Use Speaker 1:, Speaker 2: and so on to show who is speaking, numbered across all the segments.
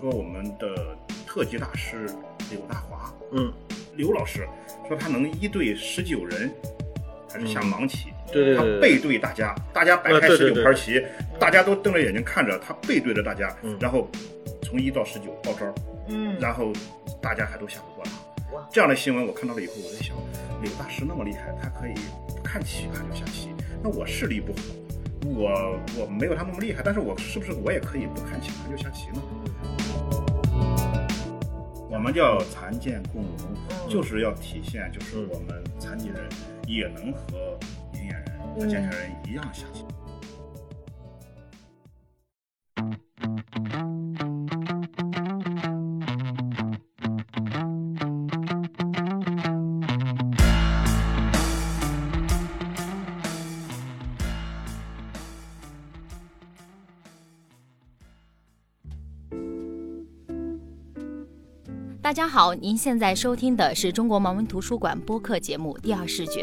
Speaker 1: 说我们的特级大师柳大华，
Speaker 2: 嗯，
Speaker 1: 刘老师说他能一对十九人，还是下盲棋，
Speaker 2: 嗯对对对对
Speaker 1: 他背对大家，大家摆
Speaker 2: 啊
Speaker 1: 开
Speaker 2: 对
Speaker 1: 十
Speaker 2: 对
Speaker 1: 九
Speaker 2: 对
Speaker 1: 盘棋，大家都瞪着眼睛看着他背对着大家，
Speaker 2: 嗯
Speaker 1: 然后从一到十九报招，
Speaker 3: 嗯，
Speaker 1: 然后大家还都下不过他
Speaker 3: 哇。
Speaker 1: 这样的新闻我看到了以后，我在想，柳大师那么厉害，他可以不看棋看就下棋，那我视力不好，我我没有他那么厉害，但是我是不是我也可以不看棋看就下棋呢？我们叫残健共
Speaker 3: 嗯
Speaker 1: 荣，就是要体现，就是
Speaker 2: 嗯
Speaker 1: 我们残疾人也能和明眼人、
Speaker 3: 嗯
Speaker 1: 和健全人一样下棋。
Speaker 4: 大家好，您现在收听的是中国盲文图书馆播客节目《第二视觉》，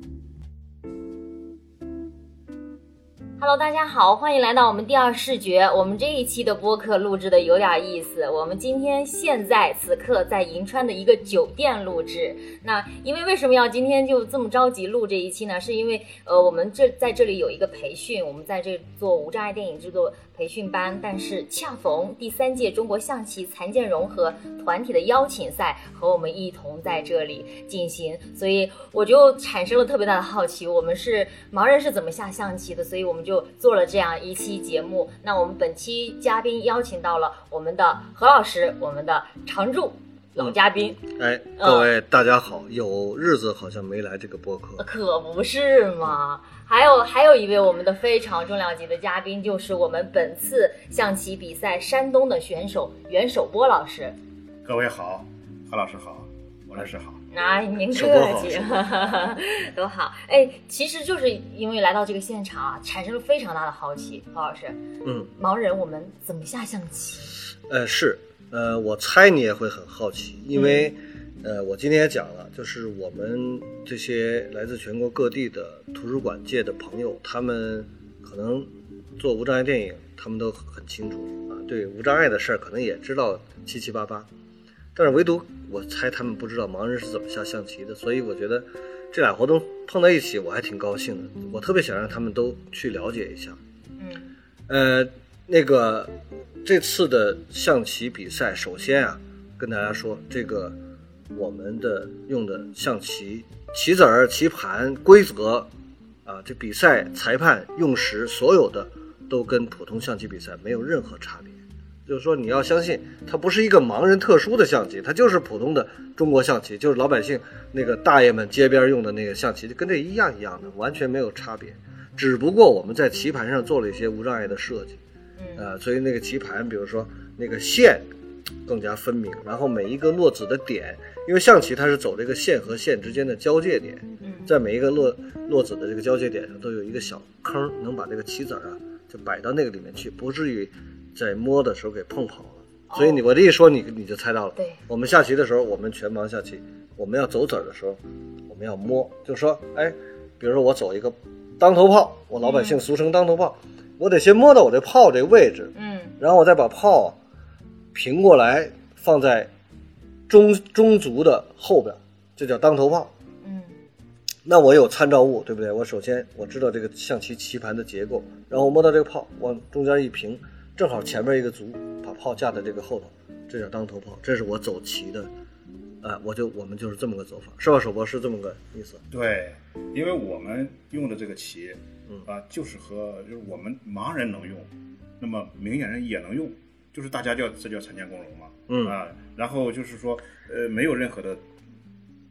Speaker 3: Hello，大家好，欢迎来到我们第二视觉。我们这一期的播客录制的有点意思，我们今天现在此刻在银川的一个酒店录制。那因为为什么要今天就这么着急录这一期呢？是因为呃，我们这在这里有一个培训，我们在这做无障碍电影制作培训班，但是恰逢第三届中国象棋残健融合团体的邀请赛和我们一同在这里进行，所以我就产生了特别大的好奇，我们是盲人是怎么下象棋的，所以我们就做了这样一期节目。那我们本期嘉宾邀请到了我们的何老师，我们的常驻老嘉宾，
Speaker 2: 哎，
Speaker 3: 嗯
Speaker 2: 各位大家好，有日子好像没来这个播客，
Speaker 3: 呃可不是嘛！还有还有一位我们的非常重量级的嘉宾，就是我们本次象棋比赛山东的选手袁守波老师。
Speaker 1: 各位好，何老师好，王老师好。
Speaker 3: 啊，您
Speaker 2: 手
Speaker 3: 客
Speaker 2: 不好
Speaker 3: 气
Speaker 2: 手，
Speaker 3: 都好。哎，其实就是因为来到这个现场啊，产生了非常大的好奇。何老师，
Speaker 2: 嗯，
Speaker 3: 盲人我们怎么下象棋？
Speaker 2: 呃，是，呃，我猜你也会很好奇，因为，呃，我今天也讲了，就是我们这些来自全国各地的图书馆界的朋友，他们可能做无障碍电影，他们都很清楚啊，对无障碍的事儿可能也知道七七八八，但是唯独我猜他们不知道盲人是怎么下象棋的，所以我觉得这俩活动碰在一起，我还挺高兴的，我特别想让他们都去了解一下。
Speaker 3: 嗯
Speaker 2: 呃，那个这次的象棋比赛，首先啊，跟大家说，这个我们的用的象棋棋子儿、棋盘、规则啊，这比赛裁判用时，所有的都跟普通象棋比赛没有任何差别。就是说，你要相信它不是一个盲人特殊的象棋，它就是普通的中国象棋，就是老百姓那个大爷们街边用的那个象棋，就跟这一样一样的，完全没有差别。只不过我们在棋盘上做了一些无障碍的设计，
Speaker 3: 嗯
Speaker 2: 呃，所以那个棋盘，比如说那个线更加分明，然后每一个落子的点，因为象棋它是走这个线和线之间的交界点，
Speaker 3: 嗯
Speaker 2: 在每一个落落子的这个交界点上都有一个小坑儿，能把这个棋子儿啊就摆到那个里面去，不至于在摸的时候给碰跑了。所以你我这一说你你就猜到了。
Speaker 3: 对，
Speaker 2: 我们下棋的时候，我们全盲下棋，我们要走子儿的时候，我们要摸，就说哎，比如说我走一个当头炮，我老百姓俗称当头炮，我得先摸到我这炮这位置，
Speaker 3: 嗯
Speaker 2: 然后我再把炮啊平过来放在中中卒的后边儿，这叫当头炮。
Speaker 3: 嗯
Speaker 2: 那我有参照物，对不对？我首先我知道这个象棋棋盘的结构，然后我摸到这个炮，往中间一平，正好前面一个卒把炮架在这个后头，这叫当头炮。这是我走棋的，哎、我就我们就是这么个走法，是吧？首博是这么个意思。
Speaker 1: 对，因为我们用的这个棋，
Speaker 2: 嗯
Speaker 1: 啊、就是和就是我们盲人能用，那么明眼人也能用，就是大家叫这叫残健共融嘛，
Speaker 2: 嗯
Speaker 1: 啊，然后就是说，呃，没有任何的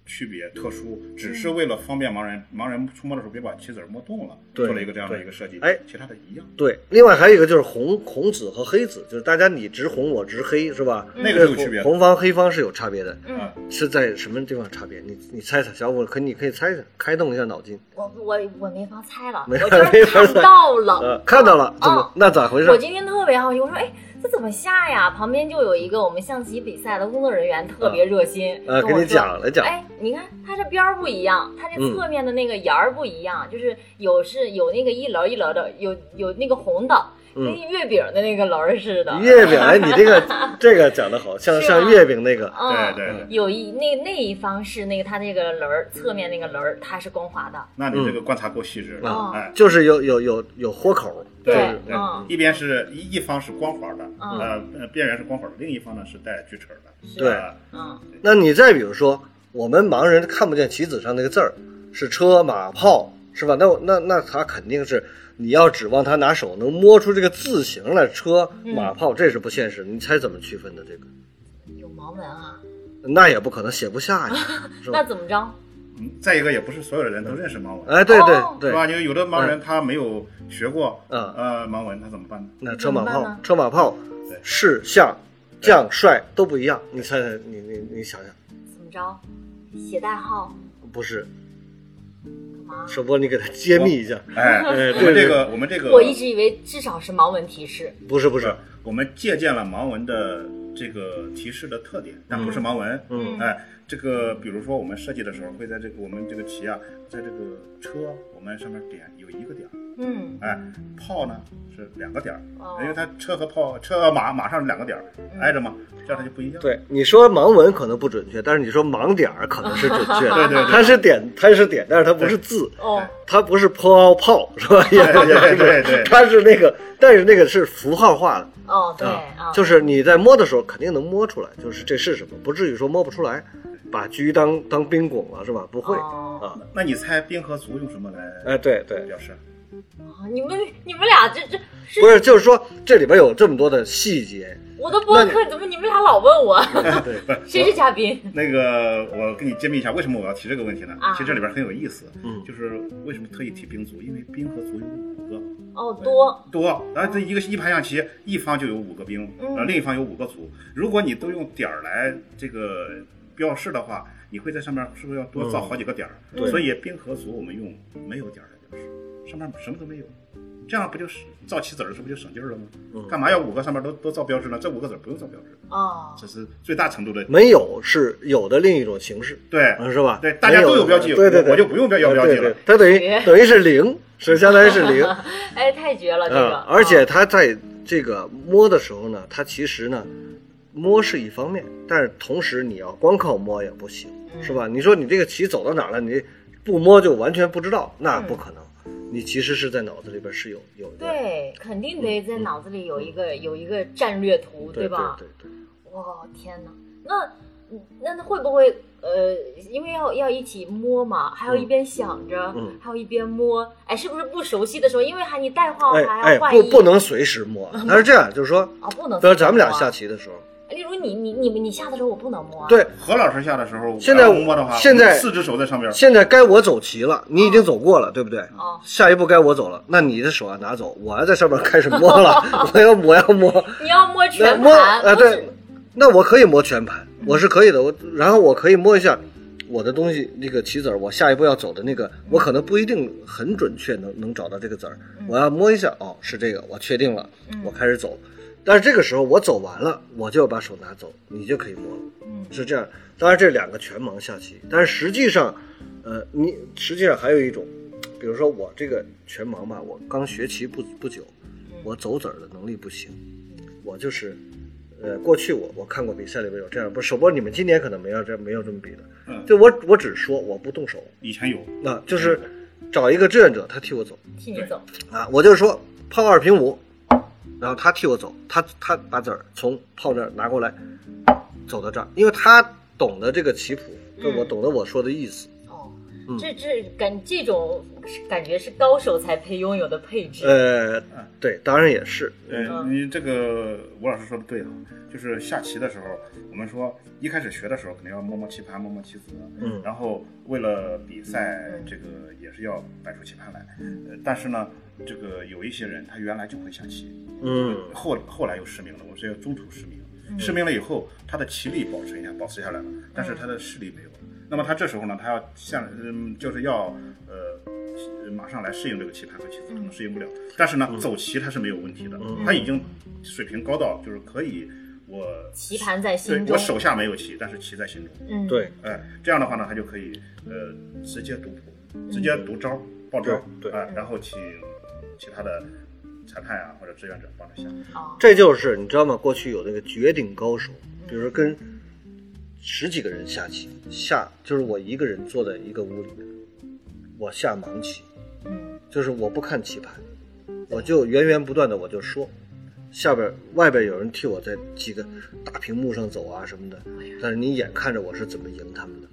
Speaker 1: 区别特殊，
Speaker 2: 嗯
Speaker 1: 只是为了方便盲人，盲人触摸的时候别把棋子儿摸动了，
Speaker 2: 对
Speaker 1: 做了一个这样的一个设计。
Speaker 2: 哎
Speaker 1: 其他的一样。
Speaker 2: 对，另外还有一个就是红红子和黑子，就是大家你直红我直黑是吧？
Speaker 1: 嗯那个是有区别的
Speaker 2: 红方黑方是有差别的，
Speaker 1: 啊
Speaker 3: 嗯，
Speaker 2: 是在什么地方差别？你你猜猜，小五可你可以猜猜，开动一下脑筋。
Speaker 3: 我我我没法猜了，
Speaker 2: 没法
Speaker 3: 我就是
Speaker 2: 没法
Speaker 3: 看
Speaker 2: 猜
Speaker 3: 到了。
Speaker 2: 呃，看到了，怎么、
Speaker 3: 哦
Speaker 2: 那咋回
Speaker 3: 我
Speaker 2: 事？
Speaker 3: 今天特别好奇，我说哎，这怎么下呀？旁边就有一个我们象棋比赛的工作人员特别热心，
Speaker 2: 呃，
Speaker 3: 跟
Speaker 2: 给
Speaker 3: 我
Speaker 2: 你
Speaker 3: 说
Speaker 2: 讲了讲，嗯
Speaker 3: 哎，你看它这边儿不一样，它这侧面的那个沿儿不一样，就是有是有那个一楼一楼的，有有那个红的，
Speaker 2: 嗯
Speaker 3: 跟月饼的那个楼儿似的。
Speaker 2: 月饼，哎，你这 个这个讲的好，像
Speaker 3: 是吧
Speaker 2: 像月饼那个，
Speaker 3: 嗯，
Speaker 1: 对对对，
Speaker 3: 有一那那一方是那个它那个轮儿侧面那个轮儿，它是光滑的。
Speaker 1: 那你这个观察够细致了。
Speaker 3: 嗯
Speaker 1: 哎，
Speaker 2: 就是有有有有豁口，
Speaker 1: 对
Speaker 2: 就是
Speaker 1: 对
Speaker 3: 嗯，
Speaker 1: 一边是一一方是光滑的，
Speaker 3: 嗯
Speaker 1: 呃呃，边缘是光滑的，另一方呢是带锯齿儿的。
Speaker 3: 是
Speaker 2: 对
Speaker 1: 呃
Speaker 3: 嗯
Speaker 2: 那你再比如说，我们盲人看不见棋子上那个字儿，是车马炮，是吧？那我那那他肯定是你要指望他拿手能摸出这个字形来，车
Speaker 3: 嗯
Speaker 2: 马炮这是不现实的。你猜怎么区分的这个？
Speaker 3: 有盲文啊，
Speaker 2: 那也不可能写不下呀， 是
Speaker 3: 那
Speaker 2: 吧？
Speaker 3: 怎么着？
Speaker 1: 嗯，再一个也不是所有的人都认识盲文，
Speaker 2: 哎，对
Speaker 3: 哦
Speaker 2: 对
Speaker 1: 是吧？
Speaker 2: 对，
Speaker 1: 因为有的盲人他没有学过，
Speaker 2: 嗯
Speaker 1: 呃，盲文他怎么办呢？
Speaker 2: 那车马
Speaker 3: 怎么办
Speaker 2: 炮
Speaker 3: 呢、
Speaker 2: 车马炮
Speaker 1: 对、
Speaker 2: 士、相、将、帅都不一样。你猜猜，你你你想想，
Speaker 3: 怎么着？写代号
Speaker 2: 不是？
Speaker 3: 干嘛？
Speaker 2: 首播你给他揭秘一下，
Speaker 1: 哎，
Speaker 2: 哎
Speaker 1: 我们
Speaker 2: 对
Speaker 1: 这
Speaker 2: 对
Speaker 1: 个我们这个
Speaker 3: 我一直以为至少是盲文提示。
Speaker 2: 不是不
Speaker 1: 不是
Speaker 2: 是，
Speaker 1: 我们借鉴了盲文的这个提示的特点，但不是盲文。
Speaker 2: 嗯
Speaker 1: 哎，这个比如说我们设计的时候会在这个我们这个棋啊，在这个车我们上面点有一个点儿，
Speaker 3: 嗯
Speaker 1: 哎，炮呢是两个点儿，
Speaker 3: 哦
Speaker 2: 哎
Speaker 1: 因为它车和炮车和马马上是两个点儿挨着嘛，这样它就不一样。
Speaker 2: 对，你说盲文可能不准确，但是你说盲点儿可能是准确
Speaker 1: 对
Speaker 2: 的。
Speaker 1: 对对
Speaker 2: 它是点，它是点，但是它不是字，
Speaker 3: 哦，
Speaker 2: 它不是抛炮 是吧？也
Speaker 1: 对对对对
Speaker 2: 它是那个，但是那个是符号化的
Speaker 3: 哦，对
Speaker 2: 啊
Speaker 3: 啊，，
Speaker 2: 就是你在摸的时候肯定能摸出来，就是这是什么，不至于说摸不出来，把狙当当冰拱了是吧？不会
Speaker 3: 哦
Speaker 2: 啊，
Speaker 1: 那你猜兵和卒用什么来
Speaker 2: 哎，对对，
Speaker 1: 表示？
Speaker 3: 哦你们你们俩这这是
Speaker 2: 不是，就是说这里边有这么多的细节，
Speaker 3: 我的播客，怎么你们俩老问 我
Speaker 2: 对，
Speaker 3: 谁是嘉宾？
Speaker 1: 那个，我给你揭秘一下，为什么我要提这个问题呢？
Speaker 3: 啊
Speaker 1: 其实这里边很有意思，
Speaker 2: 嗯
Speaker 1: 就是为什么特意提兵卒，因为兵和卒有五个，
Speaker 2: 嗯
Speaker 3: 哦，多
Speaker 1: 多，然后这一个一盘象棋，一方就有五个兵，
Speaker 3: 嗯
Speaker 1: 呃，另一方有五个卒。如果你都用点儿来这个标示的话，你会在上面是不是要多
Speaker 2: 嗯
Speaker 1: 造好几个点儿？
Speaker 2: 对
Speaker 1: 所以兵和卒我们用没有点儿来标示，上面什么都没有，这样不就是造棋子儿是不是就省劲儿了吗？
Speaker 2: 嗯
Speaker 1: 干嘛要五个上面都都造标志呢？这五个子儿不用造标志，
Speaker 3: 哦，
Speaker 1: 这是最大程度的
Speaker 2: 没有是有的另一种形式。
Speaker 1: 对。
Speaker 2: 嗯，是吧？
Speaker 1: 对大家都有标记
Speaker 2: 没对对对，呃
Speaker 1: 我就不用标要标记了
Speaker 2: 对对它等于等于是 零，是相当于是零啊、
Speaker 3: 哎，太绝了这个，
Speaker 2: 嗯而且它在这个摸的时候呢，它其实呢，摸是一方面，但是同时你要光靠摸也不行，
Speaker 3: 嗯
Speaker 2: 是吧？你说你这个棋走到哪儿了，你不摸就完全不知道，那不可能。你其实是在脑子里边是有有一个
Speaker 3: 嗯对，肯定得在脑子里有一个有一个战略图，
Speaker 2: 对
Speaker 3: 吧？
Speaker 2: 对对对
Speaker 3: 哇，天哪，那嗯那那会不会呃，因为要要一起摸嘛，还要一边想着，
Speaker 2: 嗯
Speaker 3: 还要一边摸，哎，是不是不熟悉的时候，因为还你代号哦
Speaker 2: 哎
Speaker 3: 还要
Speaker 2: 哎，
Speaker 3: 换一
Speaker 2: 不不能随时 摸，它是这样，就是说，
Speaker 3: 啊，不能。
Speaker 2: 比如咱们俩下，棋的时候，
Speaker 3: 例如你你你们你下的时候我不能摸啊，
Speaker 2: 对，
Speaker 1: 何老师下的时候，
Speaker 2: 现在
Speaker 1: 我要摸的话，
Speaker 2: 现在
Speaker 1: 我四只手在上边，
Speaker 2: 现在该我走棋了，你已经走过了，对不对？
Speaker 3: 哦
Speaker 2: 下一步该我走了，那你的手啊拿走，我要在上面开始摸了，我要我要摸，
Speaker 3: 你要摸
Speaker 2: 那
Speaker 3: 全
Speaker 2: 摸
Speaker 3: 盘，嗯
Speaker 2: 啊
Speaker 3: 都是
Speaker 2: 对，那我可以摸全盘，我是可以的，我然后我可以摸一下我的东西，那个棋子儿，我下一步要走的那
Speaker 3: 嗯
Speaker 2: 个，我可能不一定很准确能能找到这个子儿，
Speaker 3: 嗯
Speaker 2: 我要摸一下，哦，是这个，我确定了，我开始走。但是这个时候我走完了，我就要把手拿走，你就可以摸了。
Speaker 3: 嗯
Speaker 2: 是这样。当然，这两个全盲下棋，但是实际上，呃，你实际上还有一种，比如说我这个全盲吧，我刚学棋不不久，
Speaker 3: 嗯
Speaker 2: 我走子儿的能力不行，我就是，呃，过去我我看过比赛里边有这样，不是首播你们今年可能没有这没有这么比的，
Speaker 1: 嗯
Speaker 2: 就我我只说我不动手，
Speaker 1: 以前有，
Speaker 2: 那就是找一个志愿者他替我走
Speaker 3: 替你走，
Speaker 2: 啊，我就说炮二平五，然后他替我走，他他把子儿从炮那儿拿过来，走到这儿，因为他懂得这个棋谱，就我
Speaker 3: 嗯
Speaker 2: 懂得我说的意思，
Speaker 3: 哦，
Speaker 2: 嗯
Speaker 3: 这这感这种感觉是高手才配拥有的配置。
Speaker 2: 呃，对，当然也是，
Speaker 1: 呃，
Speaker 3: 嗯
Speaker 1: 你这个吴老师说的对啊，就是下棋的时候，我们说一开始学的时候肯定要摸摸棋盘，摸摸棋子，
Speaker 2: 嗯
Speaker 1: 然后为了比赛
Speaker 3: 嗯，
Speaker 1: 这个也是要摆出棋盘来。呃，但是呢，这个有一些人他原来就会下棋，
Speaker 2: 嗯
Speaker 1: 后后来又失明了，我是中途失明。
Speaker 3: 嗯
Speaker 1: 失明了以后，他的棋力保持一下，保持下来了，但是他的视力没有了。那么他这时候呢，他要下，嗯，就是要呃，马上来适应这个棋盘和棋子，可
Speaker 3: 嗯
Speaker 1: 能适应不了。但是呢，
Speaker 2: 嗯
Speaker 1: 走棋他是没有问题的，他已经水平高到就是可以，我
Speaker 3: 棋盘在
Speaker 1: 对
Speaker 3: 心中
Speaker 1: 我，手下没有棋，但是棋在心中。
Speaker 3: 嗯，，
Speaker 2: 对，
Speaker 1: 哎，这样的话呢，他就可以呃直接读
Speaker 3: 嗯
Speaker 1: 谱，直接读招报招，
Speaker 2: 对对
Speaker 1: 哎然后请其他的裁判啊或者志愿者帮着下。
Speaker 3: 哦，
Speaker 2: 这就是你知道吗？过去有那个绝顶高手，比如跟十几个人下棋，下就是我一个人坐在一个屋里面，我下盲棋，
Speaker 3: 嗯
Speaker 2: 就是我不看棋盘，我就源源不断的我就说，下边外边有人替我在几个大屏幕上走啊什么的，但是你眼看着我是怎么赢他们的，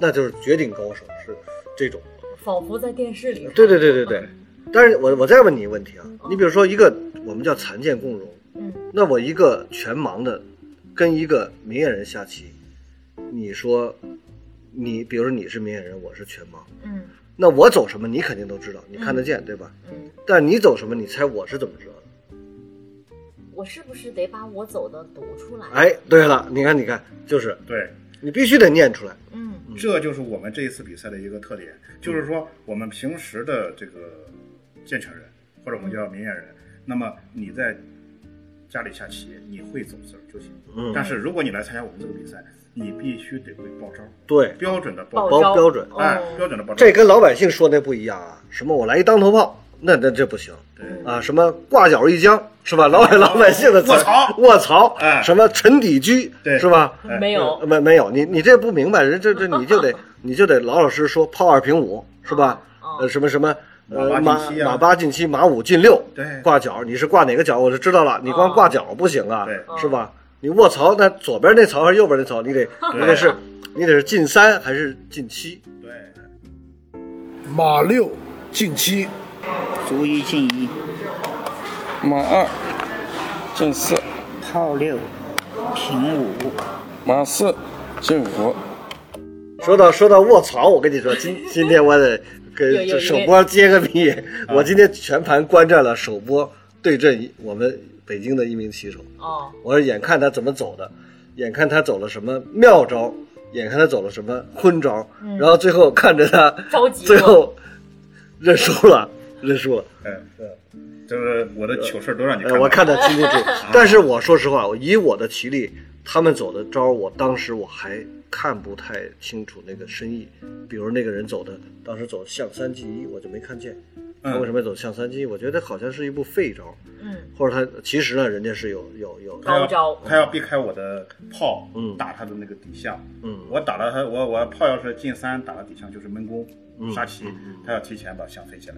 Speaker 2: 那就是绝顶高手是这种。
Speaker 3: 仿佛在电视里。
Speaker 2: 对对对对对。但是我我再问你一个问题啊，你比如说一个我们叫残剑共荣，
Speaker 3: 嗯，
Speaker 2: 那我一个全盲的跟一个明眼人下棋，你说你比如说你是明眼人，我是全盲，
Speaker 3: 嗯
Speaker 2: 那我走什么你肯定都知道，你看得见对吧？
Speaker 3: 嗯，
Speaker 2: 但你走什么，你猜我是怎么知道的？
Speaker 3: 我是不是得把我走的读出来？，
Speaker 2: 哎，对了，你看，你看，就是
Speaker 1: 对，
Speaker 2: 你必须得念出来。
Speaker 3: 嗯
Speaker 1: 这就是我们这一次比赛的一个特点，就是说我们平时的这个健全人，或者我们叫明眼人，那么你在家里下棋，你会走字儿就行。
Speaker 2: 嗯
Speaker 1: 但是如果你来参加我们这个比赛，你必须得会报招，
Speaker 2: 对，
Speaker 1: 标准的
Speaker 3: 报
Speaker 1: 报招，
Speaker 3: 招
Speaker 2: 标准
Speaker 1: 哎，标
Speaker 3: 哦，
Speaker 1: 准的报招。
Speaker 2: 这跟老百姓说那不一样啊。什么我来一当头炮，那那这不行
Speaker 1: 对哎
Speaker 2: 啊。什么挂脚一僵是吧？老百老百姓的词儿
Speaker 1: 卧槽
Speaker 2: 卧槽，
Speaker 1: 哎
Speaker 2: 什么沉底居
Speaker 1: 对
Speaker 2: 是吧？
Speaker 1: 哎
Speaker 3: 没有，
Speaker 2: 呃没没有，你你这不明白，人这这你就 得你就得老老实实说炮二平五是吧？
Speaker 3: 哦
Speaker 2: 呃，什么什么。呃，
Speaker 1: 马
Speaker 2: 马
Speaker 1: 八进七啊
Speaker 2: 马八进七，马五进六，
Speaker 1: 对
Speaker 2: 挂角，你是挂哪个角，我就知道了。你光
Speaker 3: 哦
Speaker 2: 挂角不行啊，
Speaker 1: 对
Speaker 2: 是吧？你卧槽，那左边那槽还是右边那槽，你 得你得是，你得是进三还是进七？
Speaker 1: 对。
Speaker 5: 马六进七，
Speaker 6: 逐一进一，
Speaker 7: 马二进四，
Speaker 6: 炮六平五，
Speaker 7: 马四进五，
Speaker 2: 说到说到卧槽，我跟你说，今今天我得
Speaker 3: 有
Speaker 2: 跟
Speaker 3: 有
Speaker 2: 这首播接个密。
Speaker 1: 啊
Speaker 2: 我今天全盘观战了首播对阵我们北京的一名棋手，
Speaker 3: 哦，
Speaker 2: 我是眼看他怎么走的，眼看他走了什么妙招，眼看他走了什么昏招，然后最后看着他
Speaker 3: 嗯着急了
Speaker 2: 最后认输了， 认输了。
Speaker 1: 嗯，就是我的糗事儿都让你看
Speaker 2: 呃，
Speaker 1: 到了。
Speaker 2: 我看得清清楚。但是我说实话，我以我的棋力，他们走的招儿，我当时我还看不太清楚那个深意。比如那个人走的，当时走象三进一，我就没看见。他为
Speaker 1: 嗯，
Speaker 2: 什么要走象三进一？我觉得好像是一步废招，
Speaker 3: 嗯，
Speaker 2: 或者他其实呢，人家是有有有
Speaker 1: 他
Speaker 3: 高招
Speaker 1: 要他要避开我的炮，
Speaker 2: 嗯
Speaker 1: 打他的那个底象，
Speaker 2: 嗯
Speaker 1: 我打了他，我我炮要是进三打了底象就是闷攻
Speaker 2: 嗯
Speaker 1: 杀棋，他要提前把象飞起来。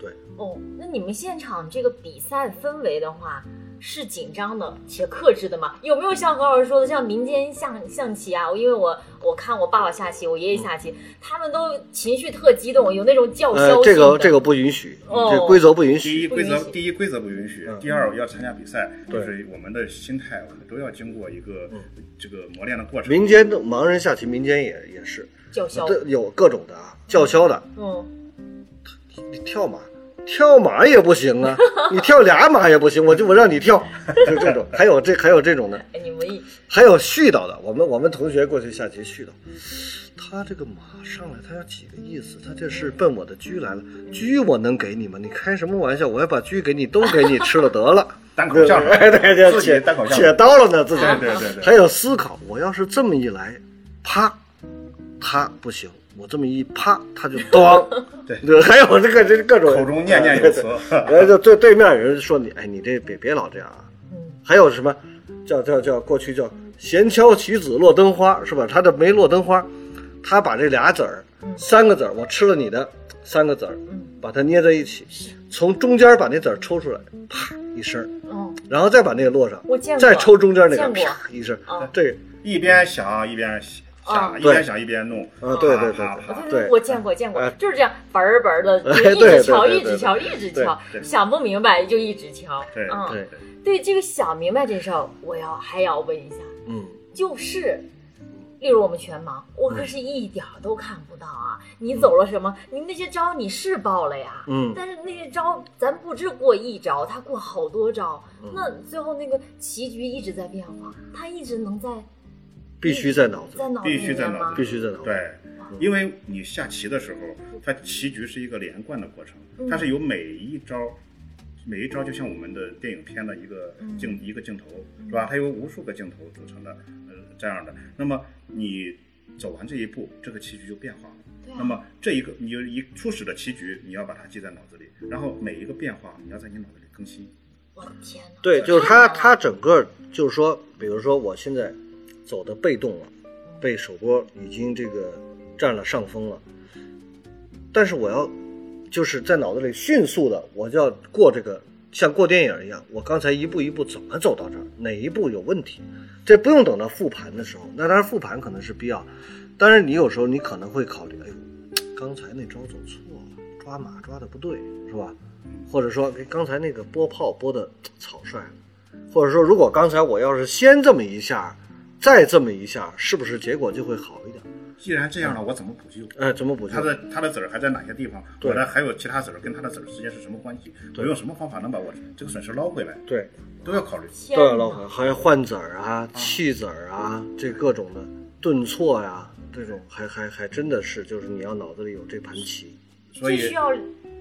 Speaker 2: 对。
Speaker 3: 哦，那你们现场这个比赛氛围的话。是紧张的且克制的吗？有没有像何老师说的，像民间象象棋啊？我因为我我看我爸爸下棋，我爷爷下棋，他们都情绪特激动，有那种叫嚣
Speaker 2: 呃，
Speaker 3: 性的。
Speaker 2: 这个这个不允许，
Speaker 3: 哦
Speaker 2: 这规则不允
Speaker 1: 第
Speaker 2: 许。
Speaker 1: 一规
Speaker 3: 不允
Speaker 1: 则
Speaker 3: 许
Speaker 1: 第一规则不允许，
Speaker 2: 嗯
Speaker 1: 第二要参加比赛，
Speaker 2: 对嗯
Speaker 1: 就是我们的心态，我们都要经过一个这个磨练的过程。
Speaker 2: 民间的盲人下棋，民间也也是，
Speaker 3: 叫嚣，
Speaker 2: 这有各种的啊，叫嚣的，
Speaker 3: 嗯，
Speaker 2: 你跳马，跳马也不行啊，你跳俩马也不行，我就我让你跳，就这种。还有这还有这种的，
Speaker 3: 哎，你们一
Speaker 2: 还有絮叨的。我们我们同学过去下棋絮叨，他这个马上来，他要几个意思？他这是奔我的车来了，车我能给你吗？你开什么玩笑？我要把车给你都给你吃了得 了。
Speaker 1: 单口相声
Speaker 2: 对哎对对
Speaker 1: 自己
Speaker 2: 写
Speaker 1: 单口相声
Speaker 2: 写到了呢，自己
Speaker 1: 对对对对
Speaker 2: 还有思考，我要是这么一来，啪，他不行，我这么一啪，他就 咣，
Speaker 1: 对
Speaker 2: 对，还有这个这各种
Speaker 1: 口中念念有词，
Speaker 2: 然后就 对对面有人说你，哎，你这别别老这样啊。
Speaker 3: 嗯
Speaker 2: 还有什么叫叫叫过去叫闲敲棋子落灯花是吧？他这没落灯花，他把这俩子儿、
Speaker 3: 嗯
Speaker 2: 三个子儿，我吃了你的三个子儿，把它捏在一起，从中间把那子儿抽出来，啪一声儿，
Speaker 3: 嗯，
Speaker 2: 然后再把那个落上
Speaker 3: 我见，过
Speaker 2: 再抽中间那个，
Speaker 3: 见过
Speaker 2: 啪一声儿
Speaker 3: 哦，
Speaker 2: 这个
Speaker 1: 一边想一边想，一
Speaker 2: 对
Speaker 1: 边想一边弄，
Speaker 2: 啊，对对
Speaker 1: 啪啪
Speaker 2: 对
Speaker 1: 啪
Speaker 2: 对
Speaker 3: 对
Speaker 2: 对，
Speaker 3: 我见过见过
Speaker 2: 哎，
Speaker 3: 就是这样本儿本儿的，就
Speaker 2: 哎
Speaker 3: 是一
Speaker 2: 对对
Speaker 3: 直敲，
Speaker 2: 对
Speaker 3: 一
Speaker 2: 对
Speaker 3: 直
Speaker 2: 对
Speaker 3: 敲，一直敲，
Speaker 1: 对对
Speaker 3: 想不明白就一直敲。
Speaker 1: 对
Speaker 3: 嗯，
Speaker 2: 对，
Speaker 3: 对这个想明白这事儿，我要还要问一下，
Speaker 2: 嗯，
Speaker 3: 就是，例如我们全盲，我可是一点儿都看不到啊！你走了什么？你那些招你是报了呀，
Speaker 2: 嗯
Speaker 3: 但是那些招咱不止过一招，他过好多招，那最后那个棋局一直在变化，他一直能在
Speaker 2: 必须在脑子
Speaker 3: 在
Speaker 2: 里，
Speaker 3: 脑子
Speaker 1: 必
Speaker 3: 里
Speaker 1: 须在
Speaker 3: 面
Speaker 1: 脑
Speaker 3: 吗啊
Speaker 1: 子？
Speaker 2: 必须在脑子里。
Speaker 1: 对，因为你下棋的时候，它棋局是一个连贯的过程，它是有每一招，每一招就像我们的电影片的一个镜、一个镜头，是吧？它由无数个镜头组成的，呃，这样的。那么你走完这一步，这个棋局就变化了。
Speaker 3: 嗯
Speaker 1: 那么这一个你就一初始的棋局，你要把它记在脑子里，然后每一个变化你要在你脑子里更新。
Speaker 3: 我的天哪！
Speaker 2: 对，就是他他整个就是说，比如说我现在走的被动了，被首波已经这个占了上风了，但是我要就是在脑子里迅速的，我就要过这个像过电影一样，我刚才一步一步怎么走到这儿，哪一步有问题，这不用等到复盘的时候。那当然复盘可能是必要，但是你有时候你可能会考虑，哎呦，刚才那招走错了，抓马抓的不对，是吧？或者说哎刚才那个拨炮拨的草率了，或者说如果刚才我要是先这么一下，再这么一下，是不是结果就会好一点？
Speaker 1: 既然这样了，我怎么补救？
Speaker 2: 哎，怎么补救
Speaker 1: 它？的它的子儿还在哪些地方？
Speaker 2: 对
Speaker 1: 我的还有其他子儿跟它的子儿之间是什么关系？
Speaker 2: 对
Speaker 1: 我用什么方法能把我这个损失捞回来？
Speaker 2: 对，
Speaker 1: 都要考虑。
Speaker 3: 天
Speaker 2: 都要捞
Speaker 3: 哪！
Speaker 2: 回来，还要换子儿啊、弃子儿啊，这各种的顿挫呀、这种还还还真的是，就是你要脑子里有这盘棋，
Speaker 1: 所
Speaker 3: 这
Speaker 1: 以
Speaker 3: 需要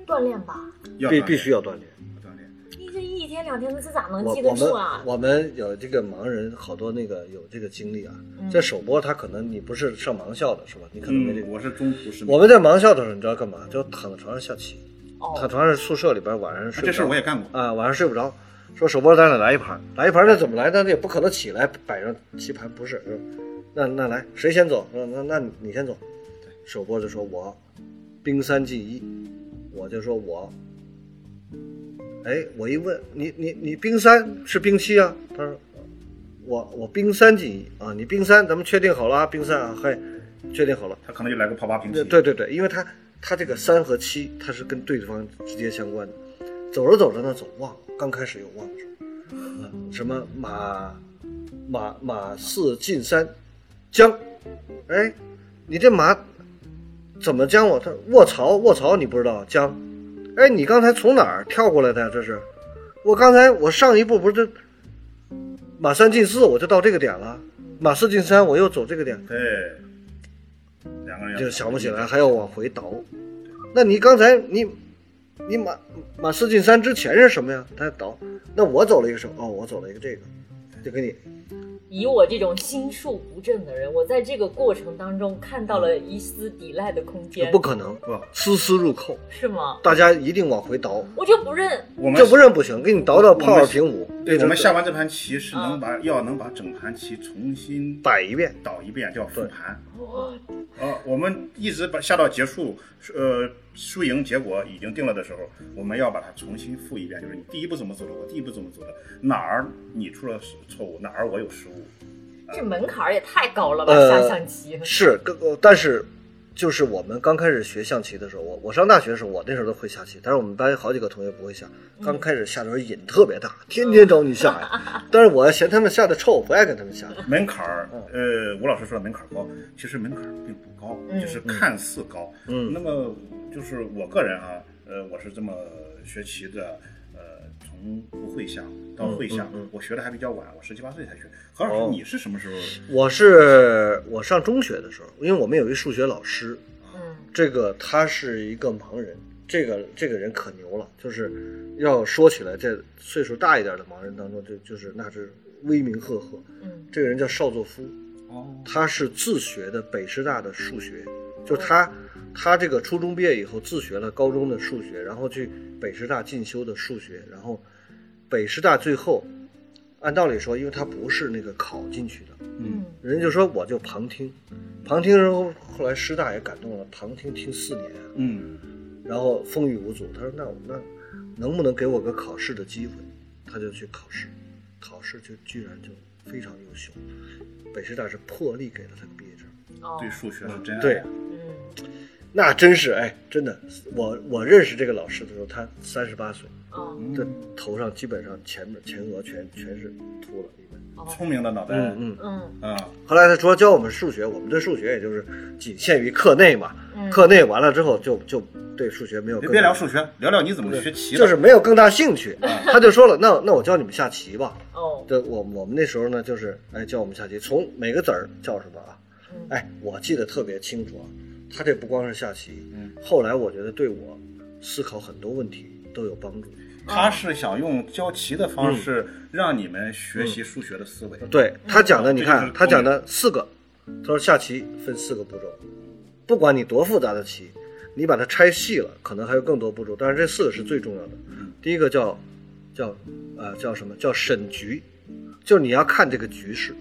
Speaker 3: 锻炼吧？
Speaker 1: 要
Speaker 2: 必
Speaker 1: 锻炼
Speaker 2: 必须要锻炼。
Speaker 1: 锻炼。
Speaker 3: 你这一天两天的，这咋能
Speaker 2: 我
Speaker 3: 记
Speaker 2: 我
Speaker 3: 得
Speaker 2: 们
Speaker 3: 住啊？
Speaker 2: 我们有这个盲人，好多那个有这个经历啊，
Speaker 3: 嗯
Speaker 2: 在首播他可能你不是上盲校的是吧？你可能没
Speaker 1: 嗯，
Speaker 2: 这个。
Speaker 1: 我是中途失明。
Speaker 2: 我们在盲校的时候，你知道干嘛？就躺在床上下棋，躺
Speaker 3: 哦，
Speaker 2: 床上宿舍里边晚上睡不着。
Speaker 1: 这事儿我也干过。
Speaker 2: 啊，晚上睡不着，说首播咱俩来一盘，来一盘那怎么来呢？那也不可能起来摆上棋盘，不是？是那那来谁先走？那那那你先走。首播就说我冰山记一，我就说我。哎，我一问你你你冰山是兵七啊？他说我我冰山记一啊，你冰山咱们确定好了啊，冰山啊，嘿，确定好了。
Speaker 1: 他可能就来个泡吧平
Speaker 2: 对
Speaker 1: 棋。
Speaker 2: 对对对，因为他他这个三和七，它是跟对方直接相关的。走着走着呢，走忘了，刚开始有忘的时候，啊，什么马马马四进三，将，哎，你这马怎么将我？他卧槽卧槽，你不知道将？哎，你刚才从哪儿跳过来的呀？这是，我刚才我上一步不是就马三进四，我就到这个点了，马四进三，我又走这个点，
Speaker 1: 对，两个人要
Speaker 2: 就想不起来，
Speaker 1: 嗯
Speaker 2: 还要往回倒。那你刚才你你马马四进三之前是什么呀？他倒，那我走了一个什么？哦，我走了一个这个，就给你
Speaker 3: 以我这种心术不正的人，我在这个过程当中看到了一丝抵赖的空间，
Speaker 2: 嗯不可能，
Speaker 1: 不，
Speaker 2: 丝丝入扣，
Speaker 3: 是吗？
Speaker 2: 大家一定往回倒，
Speaker 3: 我就不认，
Speaker 1: 我们
Speaker 2: 这不认不行，给你倒到炮
Speaker 1: 我
Speaker 2: 二
Speaker 1: 们
Speaker 2: 平五，
Speaker 1: 对，
Speaker 2: 那
Speaker 1: 我们
Speaker 2: 就
Speaker 1: 下完这盘棋是
Speaker 2: 啊
Speaker 1: 能把要能把整盘棋重新
Speaker 2: 摆一遍，
Speaker 1: 倒一遍，叫复盘。
Speaker 3: 我
Speaker 1: 呃，我们一直把下到结束，呃，输赢结果已经定了的时候，我们要把它重新复一遍，就是你第一步怎么走的，我第一步怎么走的，哪儿你出了错误，哪儿我有失误。
Speaker 3: 这门槛儿也太高了吧？
Speaker 2: 呃
Speaker 3: 下象棋，
Speaker 2: 是，跟呃但是就是我们刚开始学象棋的时候，我我上大学的时候，我那时候都会下棋，但是我们班有好几个同学不会下，刚开始下的时候瘾特别大，天天找你下呀。但是我嫌他们下的臭，我不爱跟他们下。
Speaker 1: 门槛儿，呃，吴老师说的门槛儿高，其实门槛儿并不高，就是看似高。嗯，那么就是我个人啊，呃，我是这么学棋的，呃，从不会下到会下，我学的还比较晚，我十七八岁才学。何老师，
Speaker 2: 哦
Speaker 1: 你是什么时候？
Speaker 2: 我是我上中学的时候，因为我们有一数学老师，
Speaker 3: 嗯，
Speaker 2: 这个他是一个盲人，这个这个人可牛了，就是要说起来，这岁数大一点的盲人当中，就就是那是威名赫赫。
Speaker 3: 嗯，
Speaker 2: 这个人叫邵作夫，
Speaker 1: 哦，
Speaker 2: 他是自学的北师大的数学，就是他他这个初中毕业以后自学了高中的数学，然后去北师大进修的数学，然后北师大最后按道理说，因为他不是那个考进去的，
Speaker 1: 嗯，
Speaker 2: 人家就说我就旁听，旁听的时候后来师大也感动了，旁听听四年啊，
Speaker 1: 嗯，
Speaker 2: 然后风雨无阻。他说那我那能不能给我个考试的机会？他就去考试，考试就居然就非常优秀，北师大是破例给了他个毕业证。
Speaker 3: 哦
Speaker 1: 对数学是真爱。
Speaker 2: 对，
Speaker 3: 嗯
Speaker 2: 那真是哎，真的，我我认识这个老师的时候，他三十八岁，
Speaker 3: 哦
Speaker 2: 这头上基本上前面前额全全是秃了，一般。
Speaker 1: 聪明的脑袋，
Speaker 2: 嗯嗯。
Speaker 3: 哦嗯
Speaker 1: 嗯，
Speaker 2: 后来他说教我们数学，我们对数学也就是仅限于课内嘛，
Speaker 3: 嗯
Speaker 2: 课内完了之后就就对数学没有
Speaker 1: 别
Speaker 2: 更
Speaker 1: 别
Speaker 2: 大
Speaker 1: 聊数学，啊聊聊你怎么学棋的。
Speaker 2: 就是没有更大兴趣。 他就说了，那那我教你们下棋吧。
Speaker 3: 哦
Speaker 2: 对，我我们那时候呢，就是哎教我们下棋，从每个子儿叫什么啊？哎，我记得特别清楚啊。他这不光是下棋，
Speaker 1: 嗯
Speaker 2: 后来我觉得对我思考很多问题都有帮助。
Speaker 3: 嗯
Speaker 1: 他是想用教棋的方式让你们学习数学的思维。
Speaker 2: 嗯对他讲的，
Speaker 1: 嗯
Speaker 2: 你
Speaker 1: 这就
Speaker 2: 看
Speaker 1: 是
Speaker 2: 他讲的四个，他说下棋分四个步骤，不管你多复杂的棋，你把它拆细了，可能还有更多步骤，但是这四个是最重要的。
Speaker 1: 嗯
Speaker 2: 第一个叫叫呃叫什么叫审局，就是你要看这个局势。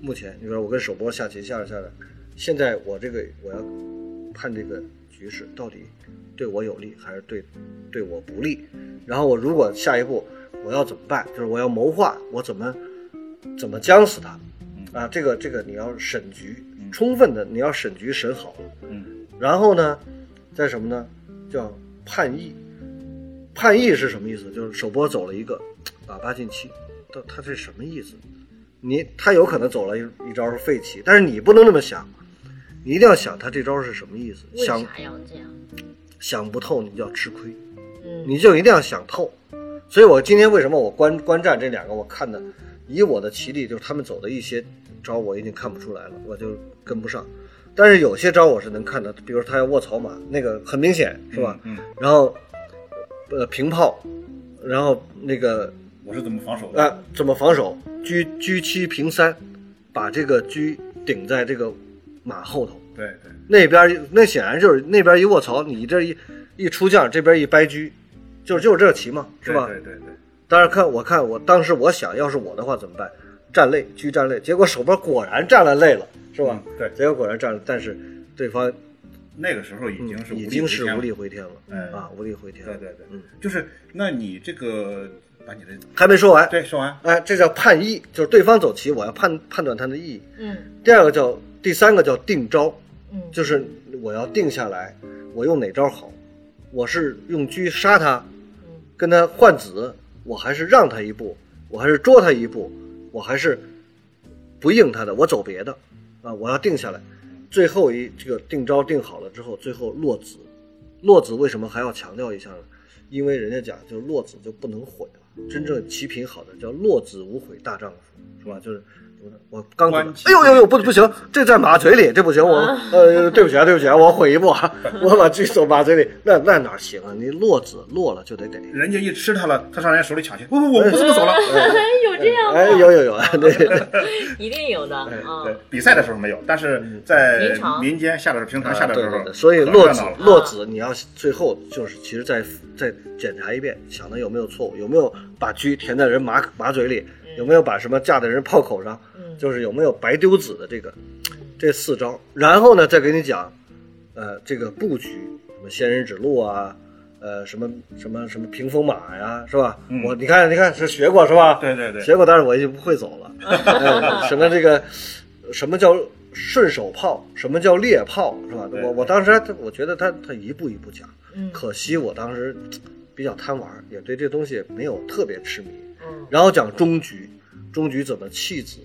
Speaker 2: 目前你说我跟首播下棋下着下着，现在我这个我要判这个局势到底对我有利还是对对我不利，然后我如果下一步我要怎么办，就是我要谋划我怎么怎么将死他，啊，这个这个你要审局，充分的你要审局审好了，
Speaker 1: 嗯，
Speaker 2: 然后呢，再什么呢？叫叛逆。叛逆是什么意思？就是首播走了一个喇叭进七，他他这什么意思？你他有可能走了一一招是废棋，但是你不能那么想，你一定要想他这招是什么意思。
Speaker 3: 为
Speaker 2: 想
Speaker 3: 啥要这样？
Speaker 2: 想不透，你就要吃亏，
Speaker 3: 嗯
Speaker 2: 你就一定要想透。所以我今天为什么我观观战这两个，我看的以我的棋力，就是他们走的一些招，我已经看不出来了，我就跟不上。但是有些招我是能看的，比如他要卧槽马，那个很明显是吧？
Speaker 1: 嗯，
Speaker 2: 然后呃平炮，然后那个
Speaker 1: 我是怎么防守的？
Speaker 2: 呃怎么防守，车车七平三，把这个车顶在这个马后头。
Speaker 1: 对对，
Speaker 2: 那边儿那显然就是那边一卧槽，你这一一出将，这边一掰车，就是就是这棋嘛，是吧？
Speaker 1: 对对对，
Speaker 2: 当然看我看我当时我想要是我的话怎么办？站累，车站累，结果手边果然站了累了，是吧？
Speaker 1: 嗯对
Speaker 2: 结果果然站了，但是对方嗯
Speaker 1: 那个时候已经是
Speaker 2: 已
Speaker 1: 无
Speaker 2: 经
Speaker 1: 力
Speaker 2: 是
Speaker 1: 回天
Speaker 2: 无
Speaker 1: 了
Speaker 2: 力。回天了，
Speaker 1: 嗯
Speaker 2: 啊，无力回天了，
Speaker 1: 对对对，
Speaker 2: 嗯，
Speaker 1: 就是那你这个把你的
Speaker 2: 还没说完，
Speaker 1: 对说完，
Speaker 2: 哎，这叫判意，就是对方走棋，我要判判断它的意义。
Speaker 3: 嗯
Speaker 2: 第二个叫第三个叫定招，
Speaker 3: 嗯
Speaker 2: 就是我要定下来，我用哪招好？我是用车杀他，跟他换子，我还是让他一步，我还是捉他一步，我还是不应他的，我走别的，啊，我要定下来。最后一这个定招定好了之后，最后落子，落子为什么还要强调一下呢？因为人家讲就落子就不能悔了，真正棋品好的叫落子无悔大丈夫，是吧？就是我刚怎么
Speaker 1: 关棋
Speaker 2: 哎呦呦呦，不不行，这在马嘴里，这不行，我呃，对不起啊，对不起啊，我悔一步啊，我把这手马嘴里，那那哪行啊？你落子落了就得逮。
Speaker 1: 人家一吃他了，他上人家手里抢去，不不，我不这么走了。
Speaker 3: 有 这样
Speaker 2: 哎，
Speaker 3: 的，
Speaker 2: 有有 哎有，对，
Speaker 3: 一定有的啊。
Speaker 1: 对，比赛的时候没有，但是在
Speaker 3: 平常
Speaker 1: 民间下的时候，平常下的时
Speaker 2: 嗯啊对对
Speaker 1: 候，
Speaker 2: 对，所以
Speaker 1: 可
Speaker 2: 落子
Speaker 1: 热闹了啊
Speaker 2: 落子，你要最后就是其实再再检查一遍，想他有没有错误，有没有把车填在人马马嘴里，有没有把什么架在人炮口上，
Speaker 3: 嗯
Speaker 2: 就是有没有白丢子的这个这四招，然后呢再给你讲，呃，这个布局什么仙人指路啊。呃，什么什么什么屏风马呀，是吧？我你看，你看是学过是吧？
Speaker 1: 嗯对对对
Speaker 2: 学过，但是我已经不会 走了。哎什么这个，什么叫顺手炮，什么叫猎炮，是吧？
Speaker 1: 对
Speaker 2: 我我当时还我觉得他他一步一步讲，
Speaker 3: 嗯
Speaker 2: 可惜我当时嘖比较贪玩，也对这东西没有特别痴迷。
Speaker 3: 嗯
Speaker 2: 然后讲中局，中局怎么弃子，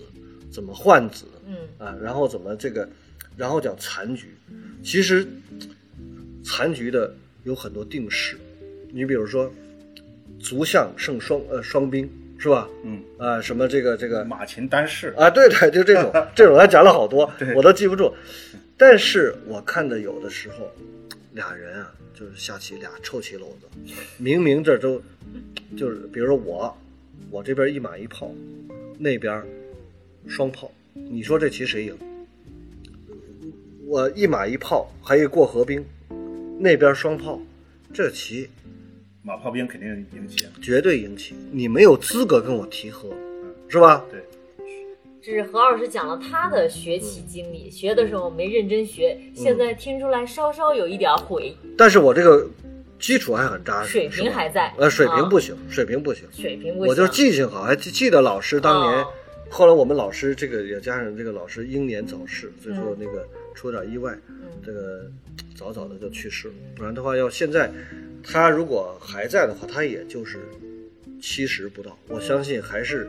Speaker 2: 怎么换子，
Speaker 3: 嗯
Speaker 2: 啊，然后怎么这个，然后讲残局，其实嘖残局的有很多定式，你比如说卒相胜双呃双兵是吧？
Speaker 1: 嗯
Speaker 2: 啊，什么这个这个
Speaker 1: 马琴单式，
Speaker 2: 啊，对对，就这种这种，他讲了好多
Speaker 1: 对，
Speaker 2: 我都记不住。但是我看的有的时候，俩人啊，就是下棋俩臭棋篓子，明明这都就是，比如说我，我这边一马一炮，那边双炮，你说这棋谁赢？我一马一炮，还有一过河兵，那边双炮，这棋
Speaker 1: 马炮兵肯定赢棋。
Speaker 2: 绝对赢棋，你没有资格跟我提和，是吧？
Speaker 1: 对，
Speaker 3: 这是何老师讲了他的学习经历，学的时候没认真学，现在听出来稍稍有一点悔，
Speaker 2: 但是我这个基础还很扎实，
Speaker 3: 水
Speaker 2: 是吧
Speaker 3: 平还在。
Speaker 2: 呃，水平
Speaker 3: 啊
Speaker 2: 不行，水平不行，
Speaker 3: 水平不行，
Speaker 2: 我就是记性好，还记记得老师当年
Speaker 3: 哦
Speaker 2: 后来我们老师这个也加上这个老师英年早逝，最后那个出了点意外，
Speaker 3: 嗯
Speaker 2: 这个早早的就去世了。不然的话，要现在他如果还在的话，他也就是七十不到，我相信还是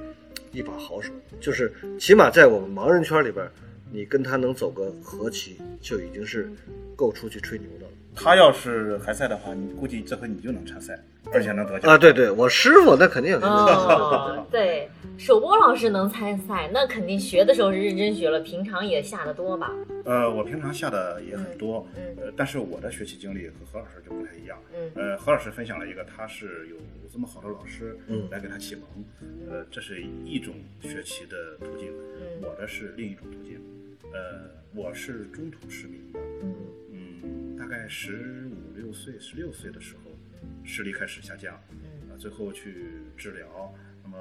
Speaker 2: 一把好手。就是起码在我们盲人圈里边，你跟他能走个和棋，就已经是够出去吹牛的了。
Speaker 1: 他要是还在的话，你估计这回你就能参赛，而且能得奖
Speaker 2: 啊，对对，我师傅那肯定是。
Speaker 3: 哦，对，首播老师能参赛，那肯定学的时候是认真学了，平常也下得多吧？
Speaker 1: 呃，我平常下的也很多，
Speaker 3: 嗯
Speaker 1: 呃，但是我的学习经历和何老师就不太一样。
Speaker 3: 嗯
Speaker 1: 呃，何老师分享了一个，他是有这么好的老师，
Speaker 2: 嗯
Speaker 1: 来给他启蒙，呃，这是一种学习的途径。
Speaker 3: 嗯
Speaker 1: 我的是另一种途径，呃，我是中途失明的，
Speaker 3: 嗯
Speaker 1: 嗯，大概十五六岁、十六岁的时候，视力开始下降，
Speaker 3: 嗯
Speaker 1: 啊，最后去治疗，那么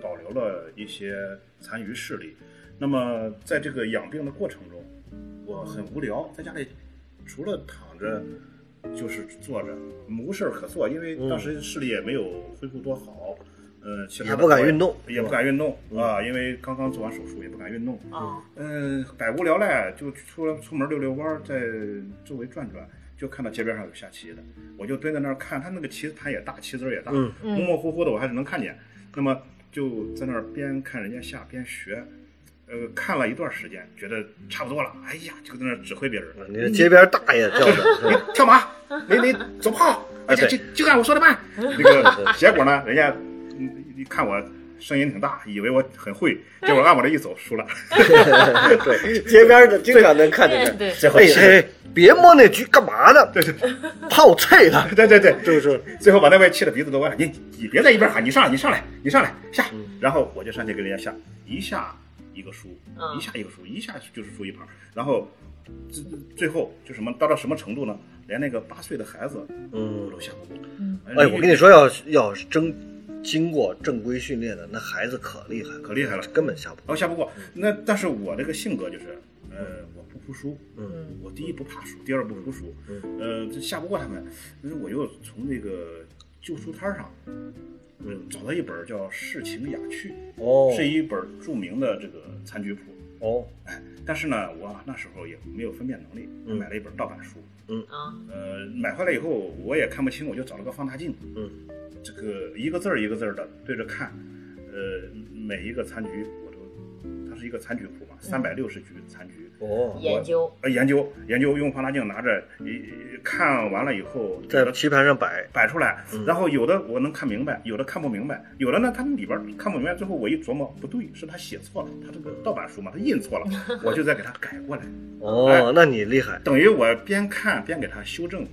Speaker 1: 保留了一些残余视力。那么在这个养病的过程中，我很无聊，在家里除了躺着就是坐着，无事儿可做，因
Speaker 2: 嗯
Speaker 1: 为当时视力也没有恢复多好，呃，起来
Speaker 2: 也不敢
Speaker 1: 的话
Speaker 2: 运动嗯
Speaker 1: 也不敢运动啊，因为刚刚做完手术，也不敢运动。
Speaker 3: 哦，
Speaker 1: 嗯，百无聊赖，就出出门溜溜弯儿，在周围转转，就看到街边上有下棋的，我就蹲在那儿看，他那个棋盘也大，棋子儿也大，
Speaker 2: 嗯
Speaker 1: 模模糊糊的我还是能看见。那么就在那儿边看人家下边学，呃，看了一段时间，觉得差不多了，哎呀，就在那儿指挥别人，
Speaker 2: 你这街边大爷叫的， 是吧
Speaker 1: 跳马，没没走炮，而且
Speaker 2: 哎对嗯
Speaker 1: 就就按我说的办。那个结果呢，人家嗯一看我声音挺大，以为我很会，结果按我这一走输了。
Speaker 2: 对，街边的经常能看见
Speaker 3: 对
Speaker 2: 这。哎哎，别摸那局干嘛呢？对对，泡菜的。
Speaker 1: 对对对，
Speaker 2: 就是
Speaker 1: 最后把那位气得鼻子都歪了。你你别在一边喊，你上来，你上来，你上来下。
Speaker 2: 嗯
Speaker 1: 然后我就上去跟人家下，一下一个输，
Speaker 3: 嗯
Speaker 1: 一下一个输，一下就是输一盘。然后最最后就什么到到什么程度呢？连那个八岁的孩子
Speaker 2: 嗯
Speaker 1: 我都下不过。
Speaker 2: 哎，我跟你，说，要要是真经过正规训练的，那孩子可厉害，
Speaker 1: 可厉害了
Speaker 2: 根本下不
Speaker 1: 我下不过。那但是我这个性格就是，呃，我不服输。
Speaker 3: 嗯
Speaker 1: 我第一不怕输，第二不服输，
Speaker 2: 嗯
Speaker 1: 呃，这下不过他们，但是我又从这个旧书摊上，呃，找到一本叫《世情雅趣》，
Speaker 2: 哦
Speaker 1: 是一本著名的这个残局谱。
Speaker 2: 哦，
Speaker 1: 但是呢，我啊那时候也没有分辨能力，
Speaker 2: 嗯
Speaker 1: 买了一本盗版书，
Speaker 3: 啊，
Speaker 1: 呃，买回来以后我也看不清，我就找了个放大镜，
Speaker 2: 嗯，
Speaker 1: 这个一个字儿一个字儿的对着看，呃，每一个残局我都，它是一个残局谱嘛，三百六十局残局，
Speaker 2: 哦，
Speaker 3: 研究
Speaker 1: 呃，研究研究，用放大镜拿着，一看完了以后，
Speaker 2: 在棋盘上摆，
Speaker 1: 摆出来，然后有的我能看明白，有的看不明白，有的呢，它里边儿看不明白，最后我一琢磨，不对，是他写错了，他这个盗版书嘛，他印错了，我就再给他改过来，
Speaker 2: 哦，那你厉害，
Speaker 1: 等于我边看边给他修正，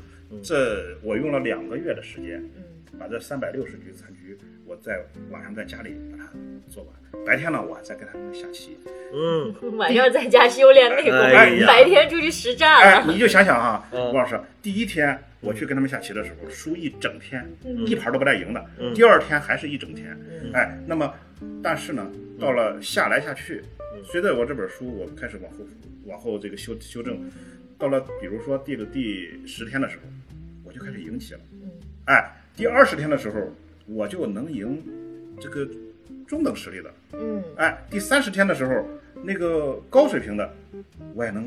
Speaker 1: 这我用了两个月的时间，
Speaker 3: 嗯
Speaker 1: 把这三百六十局残局，我在晚上在家里把它做完，白天呢我还在跟他们下棋，
Speaker 2: 嗯，
Speaker 3: 晚上在家修炼
Speaker 2: 哎
Speaker 3: 内功，
Speaker 2: 呀
Speaker 3: 白天出去实战
Speaker 1: 哎，
Speaker 3: 了。
Speaker 1: 你就想想啊，
Speaker 2: 嗯
Speaker 1: 吴老师，第一天我去跟他们下棋的时候，输一整天，
Speaker 3: 嗯
Speaker 1: 一盘都不带赢的。第二天还是一整天，哎，那么但是呢，到了下来下去，随着我这本书我开始往后往后这个修修正，到了比如说第第十天的时候，我就开始赢棋了。哎，第二十天的时候，我就能赢这个中等实力的。
Speaker 3: 嗯，
Speaker 1: 哎，第三十天的时候，那个高水平的，我也能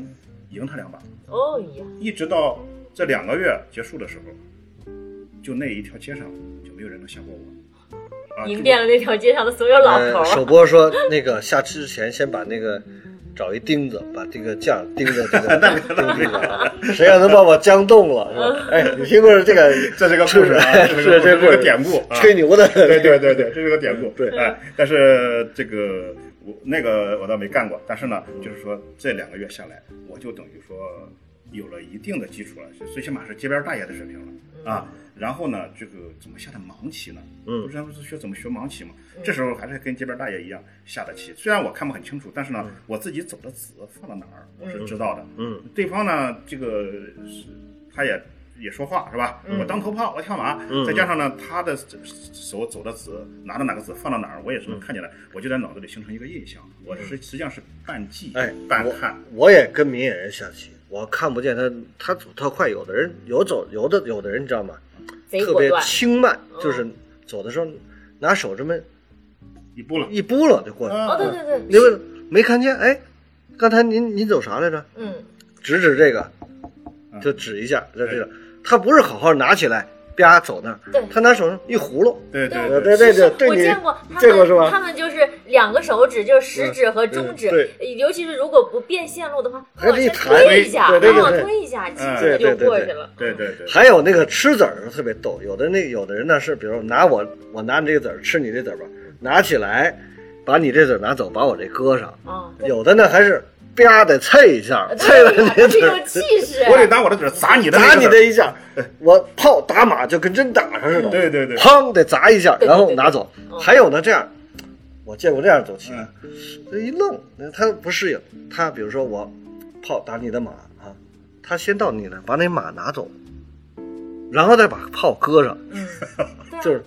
Speaker 1: 赢他两把。
Speaker 3: 哦呀，
Speaker 1: 一直到这两个月结束的时候，就那一条街上就没有人能想过我。啊，
Speaker 3: 赢
Speaker 1: 就
Speaker 3: 遍了那条街上的所有老头
Speaker 2: 呃，首
Speaker 3: 儿。
Speaker 2: 播说那个下棋之前先把那个找一钉子，把这个酱钉在 这个钉子上，谁让他把我姜冻了？是
Speaker 3: 嗯
Speaker 2: 吧？哎，你听过这个？
Speaker 1: 这是个故事啊，这
Speaker 2: 是
Speaker 1: 是个故
Speaker 2: 这
Speaker 1: 事这
Speaker 2: 故
Speaker 1: 是
Speaker 2: 事
Speaker 1: 个典故啊。
Speaker 2: 吹牛的，嗯
Speaker 1: 对对 对对，这是个典故。
Speaker 2: 对
Speaker 1: 哎，但是这个我那个我倒没干过，但是呢，就是说这两个月下来，我就等于说有了一定的基础了，最最起码是街边大爷的水平了啊。然后呢，这个怎么下的盲棋呢？
Speaker 2: 嗯
Speaker 1: 不是咱们是学怎么学盲棋嘛？这时候还是跟街边大爷一样下的棋，虽然我看不很清楚，但是呢，我自己走的子放到哪儿，我是知道的。
Speaker 2: 嗯，
Speaker 1: 对方呢，这个是他也也说话是吧？我当头炮，我跳马，再加上呢，他的手走的子拿到哪个子放到哪儿，我也是能看见的，我就在脑子里形成一个印象。我实实际上是半记
Speaker 2: 哎，
Speaker 1: 半看，
Speaker 2: 我也跟明眼人下棋，我看不见他，他走特快，有的人有走，有的有的人你知道吗？
Speaker 3: 贼
Speaker 2: 特
Speaker 3: 果
Speaker 2: 别
Speaker 3: 断，嗯
Speaker 2: 轻慢，就是走的时候拿手这么
Speaker 1: 一步了。
Speaker 2: 一拨了就过去了。
Speaker 3: 哦，
Speaker 1: 啊，
Speaker 3: 对对对，
Speaker 2: 因为没看见，哎，刚才您您走啥来着？
Speaker 3: 嗯，
Speaker 2: 指指这个，
Speaker 1: 嗯
Speaker 2: 就指一下，就这个。他不是好好拿起来，啪走那儿
Speaker 3: 对，
Speaker 2: 他拿手上一葫芦，
Speaker 1: 对对
Speaker 2: 对
Speaker 1: 对
Speaker 2: 对对对，这
Speaker 3: 我
Speaker 2: 你
Speaker 3: 见过，他
Speaker 2: 见过
Speaker 3: 们
Speaker 2: 是吧
Speaker 3: 他们就是两个手指，就是食指和中指
Speaker 2: 嗯对，
Speaker 3: 尤其是如果不变线路的话，
Speaker 2: 还
Speaker 3: 往
Speaker 2: 得一
Speaker 3: 前
Speaker 2: 抬
Speaker 3: 推一下，
Speaker 2: 对对
Speaker 3: 往
Speaker 2: 对
Speaker 3: 往
Speaker 2: 对
Speaker 3: 推一下，其
Speaker 1: 嗯
Speaker 3: 实
Speaker 2: 对
Speaker 3: 就
Speaker 2: 对对
Speaker 3: 过
Speaker 2: 对
Speaker 3: 去了。
Speaker 1: 对对对，
Speaker 2: 还有那个吃籽儿特别逗，有的那有的人呢是，比如拿我我拿你这个籽儿吃你这籽儿吧，拿起来，把你这籽儿拿走，把我这搁上。
Speaker 3: 啊，
Speaker 2: 有的呢还是啪得啐一下，
Speaker 3: 呃对
Speaker 2: 啐了你的
Speaker 3: 对这
Speaker 2: 籽
Speaker 3: 种
Speaker 2: 儿，
Speaker 3: 气势，
Speaker 1: 我得拿我的嘴砸你的那
Speaker 2: 打
Speaker 1: 个
Speaker 2: 你
Speaker 1: 字儿
Speaker 2: 的一下，我炮打马就跟真打上似的，
Speaker 1: 嗯对对对
Speaker 2: 砰得砸一下，
Speaker 3: 对对对
Speaker 2: 然后拿走
Speaker 3: 嗯。
Speaker 2: 还有呢这样，我见过这样走棋
Speaker 1: 嗯，
Speaker 2: 这一愣，他不适应，他比如说我炮打你的马啊，他先到你那儿把那马拿走，然后再把炮搁上，
Speaker 3: 嗯，对啊
Speaker 2: 就是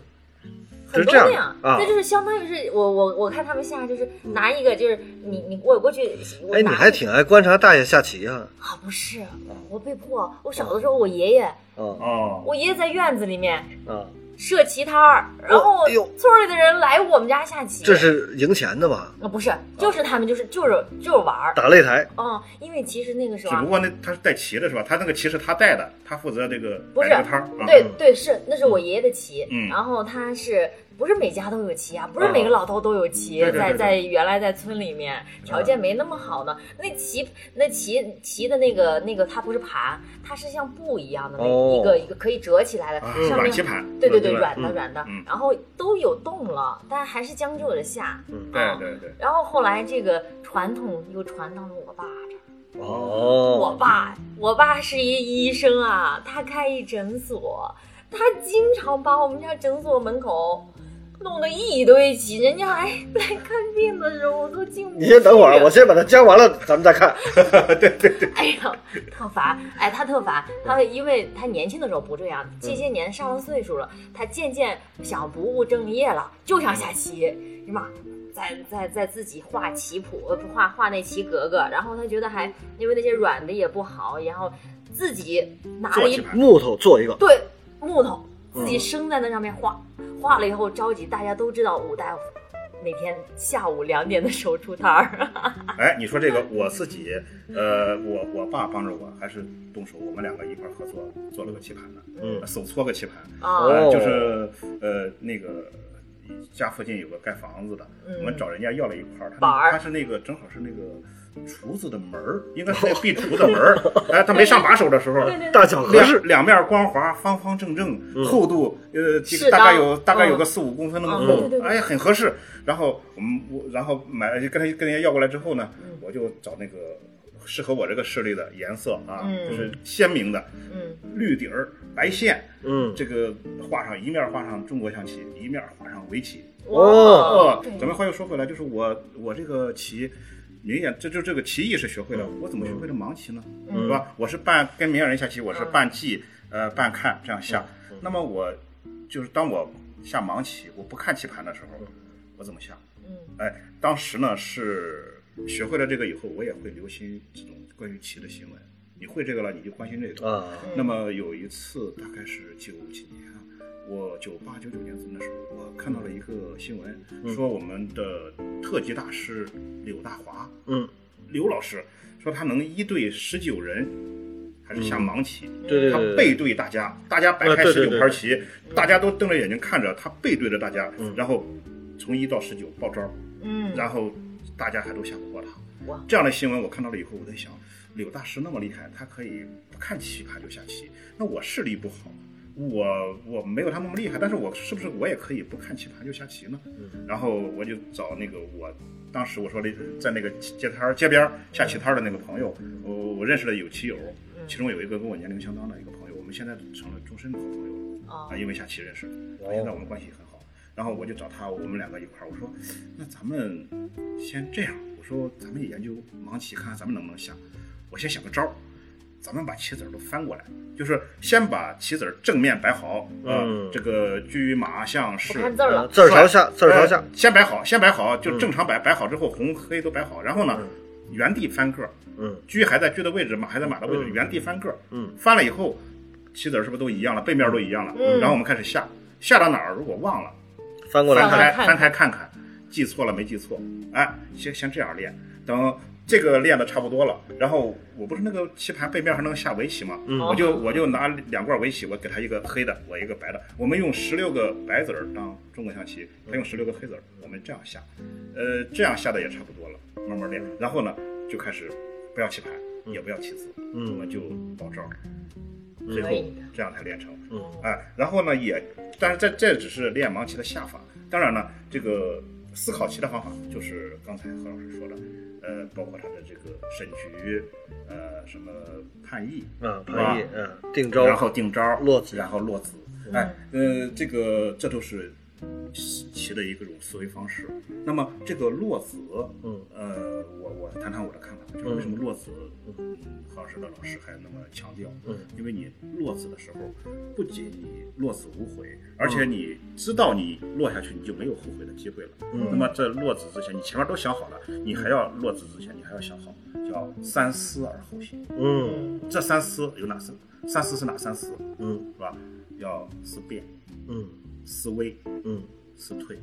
Speaker 2: 就是
Speaker 3: 很多
Speaker 2: 这样
Speaker 3: 那样，
Speaker 2: 啊
Speaker 3: 这就是相当于是我我我看他们下就是拿一个就是你你我过去，我
Speaker 2: 哎，你
Speaker 3: 拿
Speaker 2: 还挺爱观察大爷下棋啊，
Speaker 3: 啊不是，我被迫，我小的时候我爷爷，
Speaker 2: 啊
Speaker 1: 哦，
Speaker 3: 我爷爷在院子里面
Speaker 2: 啊，
Speaker 3: 设棋摊儿，然后
Speaker 2: 哎呦
Speaker 3: 村里的人来我们家下棋，
Speaker 2: 这是赢钱的吧？
Speaker 3: 啊不是就是他们就是就是就是玩儿，
Speaker 2: 打擂台，
Speaker 3: 哦，因为其实那个时
Speaker 1: 只
Speaker 3: 候啊
Speaker 1: 不。过那他是带旗的是吧？他那个旗是他带的，他负责这个
Speaker 3: 不是
Speaker 1: 摆这个摊儿啊。
Speaker 3: 对对是，那是我爷爷的棋。
Speaker 1: 嗯
Speaker 3: 然后他是不是每家都有棋啊？不是
Speaker 1: 啊
Speaker 3: 每个老头都有棋，
Speaker 1: 对对对
Speaker 3: 在
Speaker 1: 对嗯
Speaker 3: 在原来在村里面条件没那么好呢。那棋那棋棋的那个那个它不是盘，它是像布一样的那
Speaker 2: 哦
Speaker 3: 一个、一个可以折起来的，
Speaker 1: 啊
Speaker 3: 上
Speaker 1: 软
Speaker 3: 面
Speaker 1: 棋盘
Speaker 3: 对对对，
Speaker 1: 软
Speaker 3: 软的软的
Speaker 1: 嗯，
Speaker 3: 然后都有洞了，但还是将就着下。
Speaker 2: 嗯
Speaker 1: 对
Speaker 3: 啊
Speaker 1: 对对，
Speaker 3: 然后后来这个传统又传到了我爸这儿。我
Speaker 2: 哦，
Speaker 3: 爸，我爸是一医生啊，他开一诊所，他经常把我们家诊所门口弄得一堆棋，人家来 来看病的时候我都进不去。
Speaker 2: 你先等会儿，我先把它加完了，咱们再看。
Speaker 3: 哎呀，特烦！哎，他特烦，他因为他年轻的时候不这样，这
Speaker 1: 嗯
Speaker 3: 些年上了岁数了，他渐渐想不务正业了，就想下棋。你妈，在在在自己画棋谱，呃，不画画那棋格格，然后他觉得还因为那些软的也不好，然后自己拿了
Speaker 1: 做
Speaker 3: 一
Speaker 1: 棋盘嗯
Speaker 2: 木头做一个，
Speaker 3: 对木头，自己生在那上面画，画了以后着急，大家都知道武大夫。每天下午两点的时候出摊儿，
Speaker 1: 哎，你说这个我自己，呃，我我爸帮着我，还是动手，我们两个一块儿合作做了个棋盘的，
Speaker 2: 嗯
Speaker 1: 手搓个棋盘，
Speaker 3: 啊
Speaker 1: 呃，
Speaker 2: 哦
Speaker 1: 就是呃那个家附近有个盖房子的，
Speaker 3: 嗯
Speaker 1: 我们找人家要了一块儿，
Speaker 3: 板儿
Speaker 1: 他他是那个正好是那个厨子的门儿，应该是那壁橱的门儿， 哎，他没上把手的时候。
Speaker 2: 大小合适嗯
Speaker 1: 两。两面光滑，方方正正，厚度呃，这
Speaker 3: 适
Speaker 1: 个大概
Speaker 3: 当
Speaker 1: 有大概有
Speaker 3: 嗯
Speaker 1: 个四五公分那么
Speaker 3: 嗯
Speaker 1: 厚
Speaker 3: 对对，对
Speaker 1: 哎，很合适。然后我们我然后买了就跟他跟人家要过来之后呢，
Speaker 3: 嗯
Speaker 1: 我就找那个适合我这个视力的颜色啊，
Speaker 3: 嗯
Speaker 1: 就是鲜明的
Speaker 3: 嗯，
Speaker 1: 绿底儿白线，
Speaker 2: 嗯，
Speaker 1: 这个画上一面画上中国象棋，一面画上围棋。
Speaker 3: 嗯
Speaker 2: 哦
Speaker 1: 哦，咱们话又说回来，就是我我这个棋，明眼这就这个棋艺是学会了，
Speaker 3: 嗯
Speaker 1: 我怎么学会了盲棋呢？是吧？我是半跟明眼人下棋，我是半记呃半看这样下。
Speaker 2: 嗯
Speaker 1: 那么我就是当我下盲棋，我不看棋盘的时候，我怎么下？
Speaker 3: 嗯，
Speaker 1: 哎，当时呢是学会了这个以后，我也会留心这种关于棋的新闻。你会这个了，你就关心这个。
Speaker 2: 啊，
Speaker 3: 嗯
Speaker 1: 那么有一次，大概是九几年啊，我九八九九年那时候，我看到了一个新闻，说我们的特级大师柳大华，
Speaker 2: 嗯，
Speaker 1: 刘老师说他能一对十九人，还是下盲棋，
Speaker 2: 嗯对对
Speaker 1: 他
Speaker 2: 对对，
Speaker 1: 背对大家，大家摆
Speaker 2: 啊
Speaker 1: 开
Speaker 2: 对
Speaker 1: 十
Speaker 2: 对
Speaker 1: 九
Speaker 2: 对
Speaker 1: 盘棋，大家都瞪着眼睛看着他背对着大家，
Speaker 2: 嗯
Speaker 1: 然后从一到十九报招，
Speaker 3: 嗯，
Speaker 1: 然后大家还都下不过他
Speaker 3: 哇。
Speaker 1: 这样的新闻我看到了以后，我在想，柳大师那么厉害，他可以不看棋盘就下棋，那我视力不好，我我没有他那么厉害，但是我是不是我也可以不看棋盘就下棋呢？
Speaker 3: 嗯
Speaker 1: 然后我就找那个我当时我说的在那个街摊儿街边儿下棋摊儿的那个朋友，
Speaker 3: 嗯
Speaker 1: 我我认识了有棋友，其中有一个跟我年龄相当的一个朋友，我们现在成了终身的好朋友了。
Speaker 3: 啊
Speaker 1: 啊，，因为下棋认识的，
Speaker 3: 哎
Speaker 1: 啊现在我们关系很好。然后我就找他，我们两个一块儿，我说，那咱们先这样，我说咱们也研究盲棋，看看咱们能不能下。我先想个招儿，咱们把棋子儿都翻过来，就是先把棋子儿正面摆好，呃，
Speaker 2: 嗯
Speaker 1: 这个车马象
Speaker 3: 不
Speaker 1: 士，
Speaker 3: 看字儿了，
Speaker 2: 啊字儿朝下，字儿朝
Speaker 1: 呃
Speaker 2: 下，嗯
Speaker 1: 先摆好，先摆好，就正常摆，摆好之后红黑都摆好，然后呢，原地翻个儿，
Speaker 2: 嗯，
Speaker 1: 车还在车的位置，马还在马的位置，原地翻个儿，
Speaker 2: 嗯，
Speaker 1: 翻了以后，棋子儿是不是都一样了，背面都一样了，
Speaker 3: 嗯
Speaker 1: 然后我们开始下，下到哪儿如果忘了，
Speaker 2: 翻过
Speaker 1: 翻
Speaker 2: 来
Speaker 3: 看
Speaker 1: 开
Speaker 3: 看
Speaker 1: 翻开看看，记错了没记错，哎，先先这样练，等这个练的差不多了，然后我不是那个棋盘背面还能下围棋吗？我就
Speaker 3: 哦
Speaker 1: 我就拿两罐围棋，我给他一个黑的，我一个白的，我们用十六个白子儿当中国象棋，他用十六个黑子儿，我们这样下，呃，这样下的也差不多了，慢慢练，然后呢就开始不要棋盘，也不要棋子，我们就保招儿，最
Speaker 3: 可以
Speaker 1: 后
Speaker 3: 的
Speaker 1: 这样才练成。
Speaker 2: 嗯
Speaker 1: 哎，然后呢也，但是这这只是练盲棋的下法。当然呢，这个思考棋的方法就是刚才何老师说的，呃，包括他的这个审局，呃，什么判弈，
Speaker 2: 啊，
Speaker 1: 是吧
Speaker 2: 潘毅，嗯，定招，
Speaker 1: 然后定招，
Speaker 2: 落子嗯
Speaker 1: 然后落子。哎，呃，这个这都是棋的一个种思维方式。那么这个落子，
Speaker 2: 嗯，
Speaker 1: 呃，我我谈谈我的看法，就是为什么落子，嗯，何老师的老师还那么强调，
Speaker 2: 嗯，
Speaker 1: 因为你落子的时候，不仅你落子无悔，而且你知道你落下去你就没有后悔的机会了。
Speaker 2: 嗯
Speaker 1: 那么这落子之前，你前面都想好了，你还要落子之前，你还要想好，叫三思而后行。
Speaker 2: 嗯
Speaker 1: 这三思有哪三？三思是哪三思？
Speaker 2: 嗯
Speaker 1: 是吧？要思变、
Speaker 2: 嗯
Speaker 1: 思危、
Speaker 2: 嗯
Speaker 1: 思退，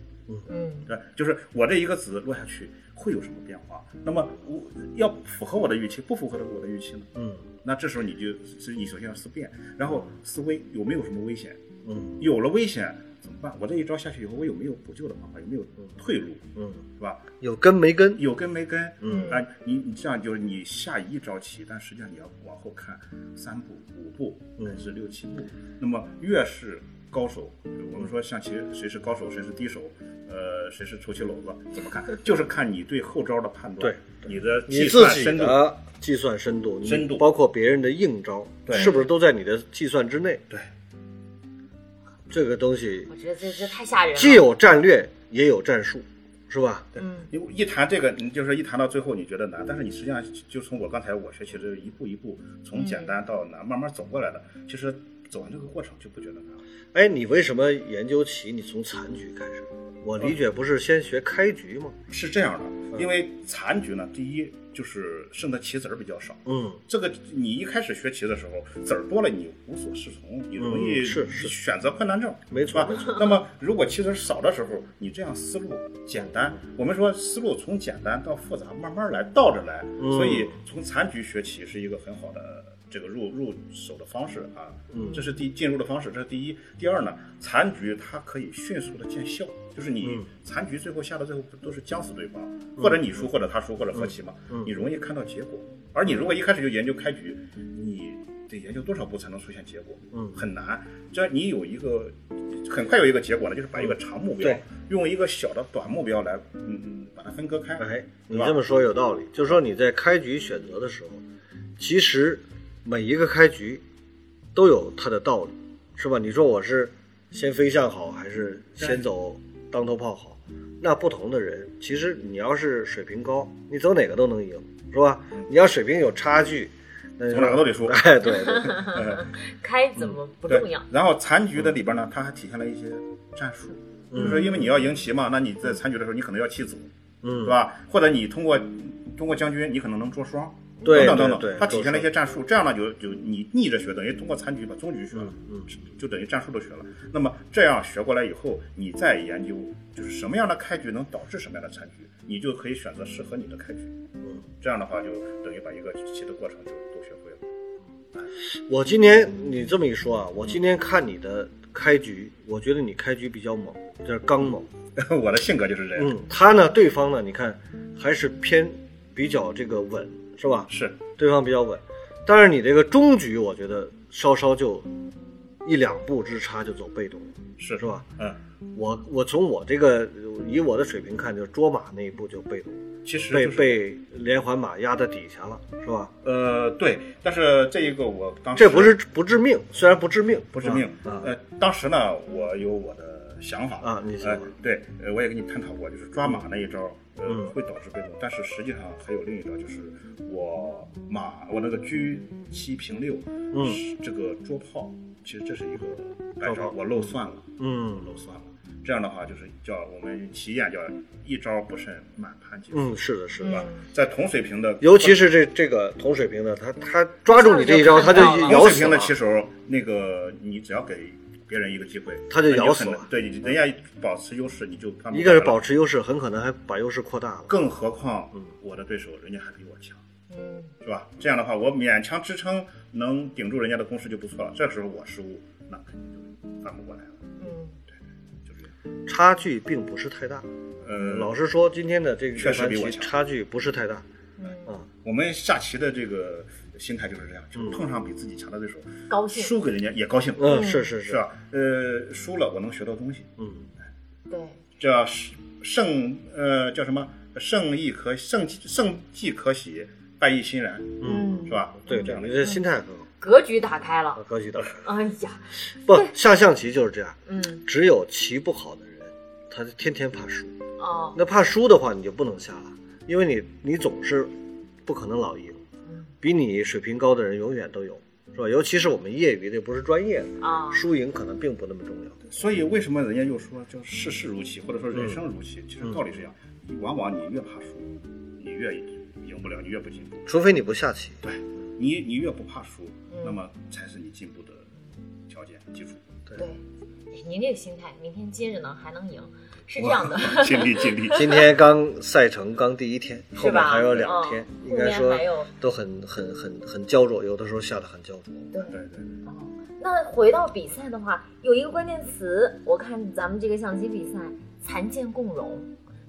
Speaker 3: 嗯
Speaker 1: 对吧，就是我这一个子落下去会有什么变化？那么我要符合我的预期，不符合我的预期呢？
Speaker 2: 嗯
Speaker 1: 那这时候你就是你首先要思变，然后思危有没有什么危险？
Speaker 2: 嗯
Speaker 1: 有了危险怎么办？我这一招下去以后，我有没有补救的方法？有没有退路？
Speaker 2: 嗯，
Speaker 1: 是吧？
Speaker 2: 有根没根？
Speaker 1: 有根没根？
Speaker 3: 嗯
Speaker 1: 啊，你你这样就是你下一招棋，但实际上你要往后看三步、五步
Speaker 2: 嗯
Speaker 1: 还是六七步。那么越是高手，我们说象棋谁是高手，谁是低手，呃，谁是出棋篓子，怎么看？就是看你对后招的判断，
Speaker 2: 对
Speaker 1: 你的
Speaker 2: 你
Speaker 1: 计
Speaker 2: 自
Speaker 1: 算
Speaker 2: 己
Speaker 1: 深度。
Speaker 2: 的计算深度，你
Speaker 1: 深度
Speaker 2: 包括别人的硬招，
Speaker 1: 对
Speaker 2: 是不是都在你的计算之内？
Speaker 1: 对，
Speaker 2: 这个东西
Speaker 3: 我觉得这这太吓人了。
Speaker 2: 既有战略也有战术，是吧？
Speaker 3: 嗯
Speaker 1: 你一谈这个，你就是一谈到最后，你觉得难，但是你实际上就从我刚才我学习这一步一步从简单到难慢慢走过来的，其实走完这个过程就不觉得难了。
Speaker 2: 哎，你为什么研究棋？你从残局开始？我
Speaker 1: 呃
Speaker 2: 理解不是先学开局吗？
Speaker 1: 是这样
Speaker 2: 嗯
Speaker 1: 的，因为残局呢，第一就是剩的棋子儿比较少。
Speaker 2: 嗯
Speaker 1: 这个你一开始学棋的时候，子儿多了你无所适从，你容易
Speaker 2: 嗯是是
Speaker 1: 选择困难症，
Speaker 2: 没错
Speaker 1: 是吧 那么如果棋子儿少的时候，你这样思路简单，我们说思路从简单到复杂，慢慢来，倒着来。
Speaker 2: 嗯
Speaker 1: 所以从残局学棋是一个很好的这个入入手的方式啊，
Speaker 2: 嗯
Speaker 1: 这是第进入的方式，这是第一。第二呢，残局它可以迅速的见效，就是你
Speaker 2: 嗯
Speaker 1: 残局最后下到最后不都是将死对方，或者你输，或者他输，或者和棋嘛，
Speaker 2: 嗯
Speaker 1: 你容易看到结果。而你如果一开始就研究开局，你得研究多少步才能出现结果？
Speaker 2: 嗯
Speaker 1: 很难。只要你有一个很快有一个结果呢，就是把一个长目标、
Speaker 2: 嗯对
Speaker 1: 用一个小的短目标来，嗯嗯，把它分割开。
Speaker 2: 哎，你
Speaker 1: 对吧
Speaker 2: 这么说有道理，就是说你在开局选择的时候，其实每一个开局都有它的道理，是吧？你说我是先飞象好，还是先走当头炮好？那不同的人，其实你要是水平高，你走哪个都能赢，是吧？你要水平有差距，那
Speaker 1: 走哪个都得输
Speaker 2: 说。哎，对对，
Speaker 3: 开怎么不
Speaker 1: 嗯对
Speaker 3: 重要？
Speaker 1: 然后残局的里边呢，它还体现了一些战术，就是说因为你要赢棋嘛，那你在残局的时候，你可能要弃子，
Speaker 2: 嗯
Speaker 1: 是吧？或者你通过通过将军，你可能能捉双。
Speaker 2: 对
Speaker 1: 等等
Speaker 2: 对
Speaker 1: 等
Speaker 2: 对
Speaker 1: 等，，它体现了一些战术，这样呢就就你逆着学，等于通过残局把中局学了，嗯，就等于战术都学了。那么这样学过来以后，你再研究就是什么样的开局能导致什么样的残局，你就可以选择适合你的开局。嗯，这样的话就等于把一个棋的过程就都学会了。
Speaker 2: 我今天你这么一说啊，我今天看你的开局，我觉得你开局比较猛，就是刚猛。
Speaker 1: 我的性格就是这样，
Speaker 2: 嗯，他呢，对方呢，你看还是偏比较这个稳，是吧？
Speaker 1: 是
Speaker 2: 对方比较稳，但是你这个中局，我觉得稍稍就一两步之差就走被动了，
Speaker 1: 是
Speaker 2: 是？吧？
Speaker 1: 嗯，
Speaker 2: 我我从我这个以我的水平看，就捉马那一步就被动，
Speaker 1: 其实
Speaker 2: 被
Speaker 1: 就是
Speaker 2: 被连环马压在底下了，是吧？
Speaker 1: 呃对，但是这一个我当时
Speaker 2: 这不是不致命，虽然不致命，
Speaker 1: 不致命。
Speaker 2: 啊
Speaker 1: 呃，当时呢，我有我的想法
Speaker 2: 啊你想
Speaker 1: 呃
Speaker 2: 法，
Speaker 1: 对，呃，我也跟你探讨过，就是抓马那一招，呃，
Speaker 2: 嗯
Speaker 1: 会导致被动，但是实际上还有另一招，就是我马我那个车七平六，
Speaker 2: 嗯
Speaker 1: 是，这个捉炮，其实这是一个白
Speaker 2: 捉
Speaker 1: 招，
Speaker 2: 炮
Speaker 1: 我漏算了，
Speaker 2: 嗯
Speaker 1: 漏算了。这样的话，就是叫我们棋谚叫一招不慎，满盘皆输。
Speaker 2: 嗯，是的，是的。
Speaker 1: 在同水平的，
Speaker 2: 尤其是这这个同水平的，他他抓住你这一招，他就
Speaker 3: 上来就看到了
Speaker 2: 咬
Speaker 1: 同水
Speaker 2: 死
Speaker 1: 平的
Speaker 2: 了。
Speaker 1: 棋手，那个你只要给别人一个机会，
Speaker 2: 他就
Speaker 1: 那你
Speaker 2: 咬死
Speaker 1: 很
Speaker 2: 了
Speaker 1: 难对你，人家保持优势，你就他们
Speaker 2: 一个是
Speaker 1: 不来了
Speaker 2: 保持优势，很可能还把优势扩大了。
Speaker 1: 更何况
Speaker 2: 嗯
Speaker 1: 我的对手人家还比我强，
Speaker 3: 嗯
Speaker 1: 是吧？这样的话，我勉强支撑能顶住人家的攻势就不错了。这时候我失误，那肯定就翻不过来了，
Speaker 3: 嗯，
Speaker 1: 就是这样。
Speaker 2: 差距并不是太大。
Speaker 1: 呃，
Speaker 2: 嗯老实说，今天的这个
Speaker 1: 确实
Speaker 2: 这盘
Speaker 1: 比我
Speaker 2: 棋
Speaker 1: 强
Speaker 2: 差距不是太大。
Speaker 1: 我们下棋的这个心态就是这样，就是碰上比自己强的对手，
Speaker 3: 高兴
Speaker 1: 输给人家也高兴，
Speaker 2: 嗯，是是
Speaker 1: 是吧？呃，输了我能学到东西，
Speaker 2: 嗯，
Speaker 3: 对，
Speaker 1: 叫胜呃叫什么？胜亦可胜胜既可喜，败亦欣然，
Speaker 3: 嗯
Speaker 1: 是，吧？嗯
Speaker 2: 对
Speaker 1: 这
Speaker 2: 对，
Speaker 1: 样的
Speaker 2: 你。这心态很好，
Speaker 3: 格局打开了，
Speaker 2: 高级的。
Speaker 3: 哎呀，
Speaker 1: 嗯
Speaker 2: 不下象棋就是这样，
Speaker 3: 嗯，
Speaker 2: 只有棋不好的人，他就天天怕输。
Speaker 3: 哦，
Speaker 2: 那怕输的话，你就不能下了，因为你你总是不可能老赢，
Speaker 3: 嗯
Speaker 2: 比你水平高的人永远都有，是吧？尤其是我们业余的，不是专业的，
Speaker 3: 啊，
Speaker 2: 输赢可能并不那么重要。
Speaker 1: 所以为什么人家又说叫世事如棋，或者说人生如棋？其实道理是一样，往往你越怕输，你越赢不了，你越不进步。
Speaker 2: 除非你不下棋，
Speaker 1: 对，你你越不怕输，那么才是你进步的条件基础。
Speaker 3: 对，哎您这个心态，明天接着呢还能赢，是这样的，
Speaker 1: 尽力尽力。
Speaker 2: 今天刚赛程刚第一天，后面
Speaker 3: 吧
Speaker 2: 还有两天，
Speaker 3: 嗯
Speaker 2: 应该
Speaker 3: 后
Speaker 2: 说
Speaker 3: 面还有
Speaker 2: 都很很很很焦灼，有的时候下的很焦灼。
Speaker 3: 对。
Speaker 1: 对对，
Speaker 3: 那回到比赛的话，有一个关键词，我看咱们这个象棋比赛残剑共荣，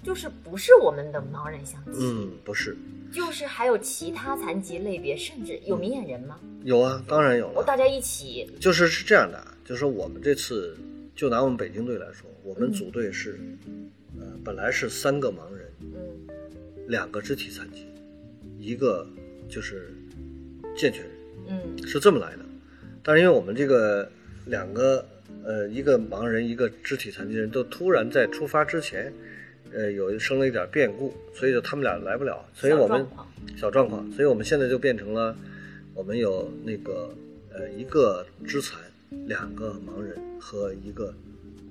Speaker 3: 就是不是我们的盲人象棋，
Speaker 2: 嗯，不是，
Speaker 3: 就是还有其他残疾类别，甚至有明眼人吗？
Speaker 2: 有啊，当然有
Speaker 3: 我
Speaker 2: 了。
Speaker 3: 大家一起，
Speaker 2: 就是是这样的，啊，就是说我们这次就拿我们北京队来说，我们组队是，呃，本来是三个盲人，
Speaker 3: 嗯
Speaker 2: 两个肢体残疾，一个就是健全人，
Speaker 3: 嗯
Speaker 2: 是这么来的。但是因为我们这个两个呃一个盲人一个肢体残疾人都突然在出发之前，呃有生了一点变故，所以就他们俩来不了，所以我们
Speaker 3: 小状况
Speaker 2: 小状况，所以我们现在就变成了我们有那个呃一个肢残，两个盲人和一个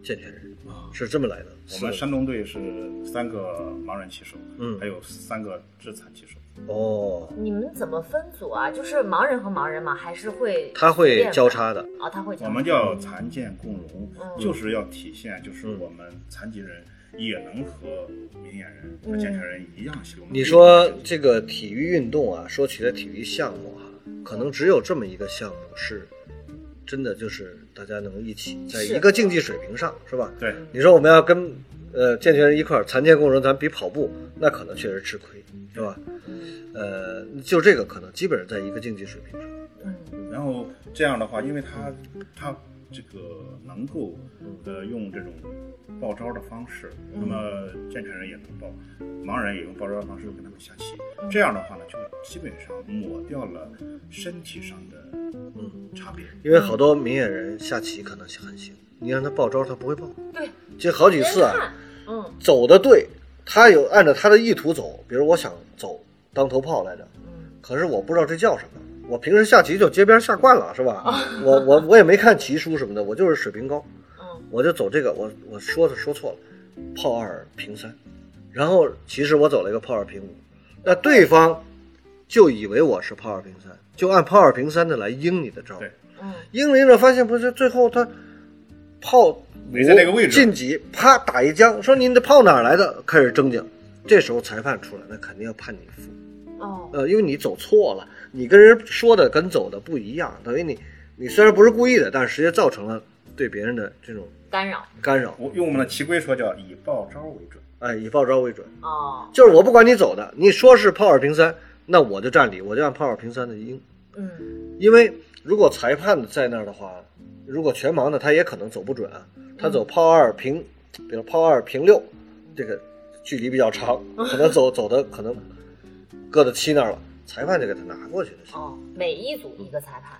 Speaker 2: 健全人，是这么来的。
Speaker 1: 啊我
Speaker 2: 四个
Speaker 1: 们山东队是三个盲人棋手，
Speaker 2: 嗯
Speaker 1: 还有三个肢残棋手。
Speaker 2: 哦，
Speaker 3: 你们怎么分组啊？就是盲人和盲人嘛，还是会
Speaker 2: 他
Speaker 3: 随便
Speaker 2: 会
Speaker 3: 吗
Speaker 2: 交叉的。
Speaker 3: 哦，他会交叉，
Speaker 1: 我们叫残健共荣，
Speaker 3: 嗯
Speaker 1: 就是要体现就是
Speaker 2: 嗯
Speaker 1: 我们残疾人也能和明眼人和健全人一样使用。
Speaker 2: 你说这个体育运动啊，说起来体育项目啊，可能只有这么一个项目是真的，就是大家能一起在
Speaker 3: 是
Speaker 2: 一个竞技水平上，是吧？
Speaker 1: 对，
Speaker 2: 你说我们要跟呃健全人一块儿残健共荣，咱比跑步，那可能确实吃亏，是吧？呃，就这个可能基本上在一个竞技水平上。
Speaker 3: 嗯
Speaker 1: 然后这样的话，因为他他这个能够呃用这种报招的方式，那么健全人也能报，盲人也用报招的方式跟他们下棋。这样的话呢，就基本上抹掉了身体上的
Speaker 2: 嗯
Speaker 1: 差别。
Speaker 2: 因为好多明眼人下棋可能很行，你让他报招，他不会报。
Speaker 3: 对，
Speaker 2: 这好几
Speaker 3: 人
Speaker 2: 次啊，
Speaker 3: 看，嗯
Speaker 2: 走的对，他有按照他的意图走，比如我想走当头炮来着，可是我不知道这叫什么。我平时下棋就街边下惯了，是吧？我我我也没看棋书什么的，我就是水平高，
Speaker 3: 嗯
Speaker 2: 我就走这个。我我说的说错了，炮二平三，然后其实我走了一个炮二平五，那对方就以为我是炮二平三，就按炮二平三的来应你的招。
Speaker 1: 对
Speaker 3: 嗯，
Speaker 2: 英灵呢发现不是，最后他炮
Speaker 1: 没在那个位置
Speaker 2: 晋级，啪打一将，说您的炮哪儿来的？开始争抢。这时候裁判出来，那肯定要判你负，
Speaker 3: 哦，
Speaker 2: 呃，因为你走错了，你跟人说的跟走的不一样，等于你你虽然不是故意的，但是直接造成了对别人的这种
Speaker 3: 干扰
Speaker 2: 干扰。
Speaker 1: 我用我们的棋规说叫以报招为准。
Speaker 2: 哎，以报招为准，
Speaker 3: 哦，
Speaker 2: 就是我不管你走的，你说是炮二平三，那我就占理，我就按炮二平三的应。
Speaker 3: 嗯
Speaker 2: 因为如果裁判在那儿的话，如果全盲的他也可能走不准啊，他走炮二平，比如炮二平六，这个距离比较 长，可能走走的可能搁到七那儿了，裁判就给他拿过去就行。
Speaker 3: 哦，每一组一个裁判，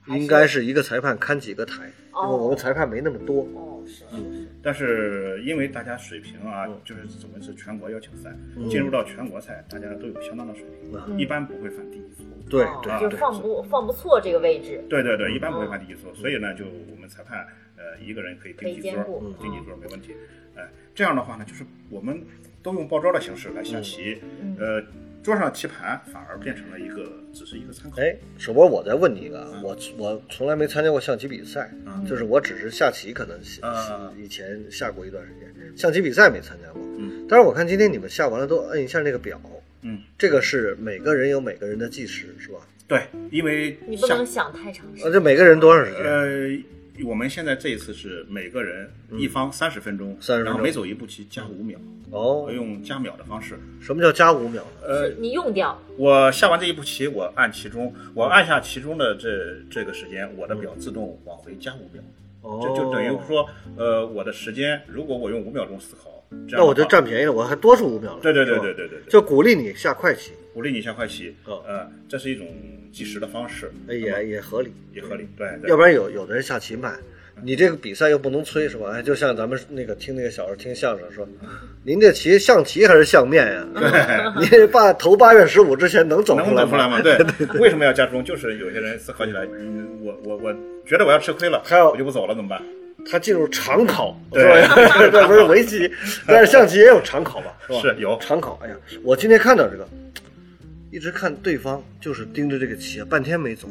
Speaker 3: 还
Speaker 2: 应该是一个裁判看几个台，因为我们裁判没那么多。
Speaker 3: 哦是是是，
Speaker 1: 但是因为大家水平啊，就是怎么是全国邀请赛，进入到全国赛，大家都有相当的水平，一般不会犯第一错。
Speaker 2: 对
Speaker 3: 哦
Speaker 2: 对
Speaker 3: 就
Speaker 2: 对，
Speaker 3: 放不放不错这个位置，
Speaker 1: 对对对，一般不会犯第一错，所以呢，就我们裁判呃一个人嗯可以嗯
Speaker 3: 可以
Speaker 1: 盯几
Speaker 3: 兼顾
Speaker 1: 桌，盯几桌没问
Speaker 3: 嗯
Speaker 1: 题。哎，这样的话呢，就是我们都用报招的形式来下棋，呃，桌上棋盘反而变成了一个只是一个参考。
Speaker 2: 哎，首波，我再问你一个
Speaker 1: 嗯
Speaker 2: 啊，我我从来没参加过象棋比赛，就是我只是下棋，可能是
Speaker 1: 啊
Speaker 2: 以前下过一段时间，象棋比赛没参加过。但是我看今天你们下完了都摁一下那个表，
Speaker 1: 嗯，
Speaker 2: 这个是每个人有每个人的计时是吧？
Speaker 1: 对，因为
Speaker 3: 你不能
Speaker 1: 像
Speaker 3: 想太长时
Speaker 2: 啊，
Speaker 3: 间。
Speaker 2: 这每个人多长时间？
Speaker 1: 嗯呃，我们现在这一次是每个人一方嗯三十分钟，嗯
Speaker 2: 30分钟
Speaker 1: 然后每走一步棋加五秒，
Speaker 2: 哦，
Speaker 1: 用加秒的方式。
Speaker 2: 什么叫加五秒呢？
Speaker 1: 呃，
Speaker 3: 你用掉，
Speaker 1: 我下完这一步棋，我按其中，我按下其中的这这个时间，我的表自动往回加五秒，
Speaker 2: 哦，
Speaker 1: 这就等于，说，呃，我的时间，如果我用五秒钟思考，这样的话
Speaker 2: 那我就占便宜了，我还多出五秒了。
Speaker 1: 对对
Speaker 2: 是
Speaker 1: 对
Speaker 2: 吧
Speaker 1: 对对对对，
Speaker 2: 就鼓励你下快棋，
Speaker 1: 鼓励你下快棋，
Speaker 2: 哦
Speaker 1: 呃，这是一种计时的方式，
Speaker 2: 哎
Speaker 1: 嗯
Speaker 2: 也也合理。
Speaker 1: 也合理，对，对
Speaker 2: 要不然有有的人下棋慢，你这个比赛又不能催是吧？哎，就像咱们那个听那个小时候听相声说，您这棋象棋还是象面呀、您这把头八月十五之前能走
Speaker 1: 能
Speaker 2: 出
Speaker 1: 弄
Speaker 2: 来
Speaker 1: 出来
Speaker 2: 吗？
Speaker 1: 吗？对，为什么要加钟？就是有些人思考起来，嗯我我我觉得我要吃亏了，
Speaker 2: 还有
Speaker 1: 我就不走了，怎么办？
Speaker 2: 他进入长考，
Speaker 1: 对
Speaker 2: 是吧？ 这不是围棋，但是象棋也有长考吧？是吧？
Speaker 1: 是有
Speaker 2: 长考。哎呀，我今天看到这个，一直看对方就是盯着这个棋啊，半天没走。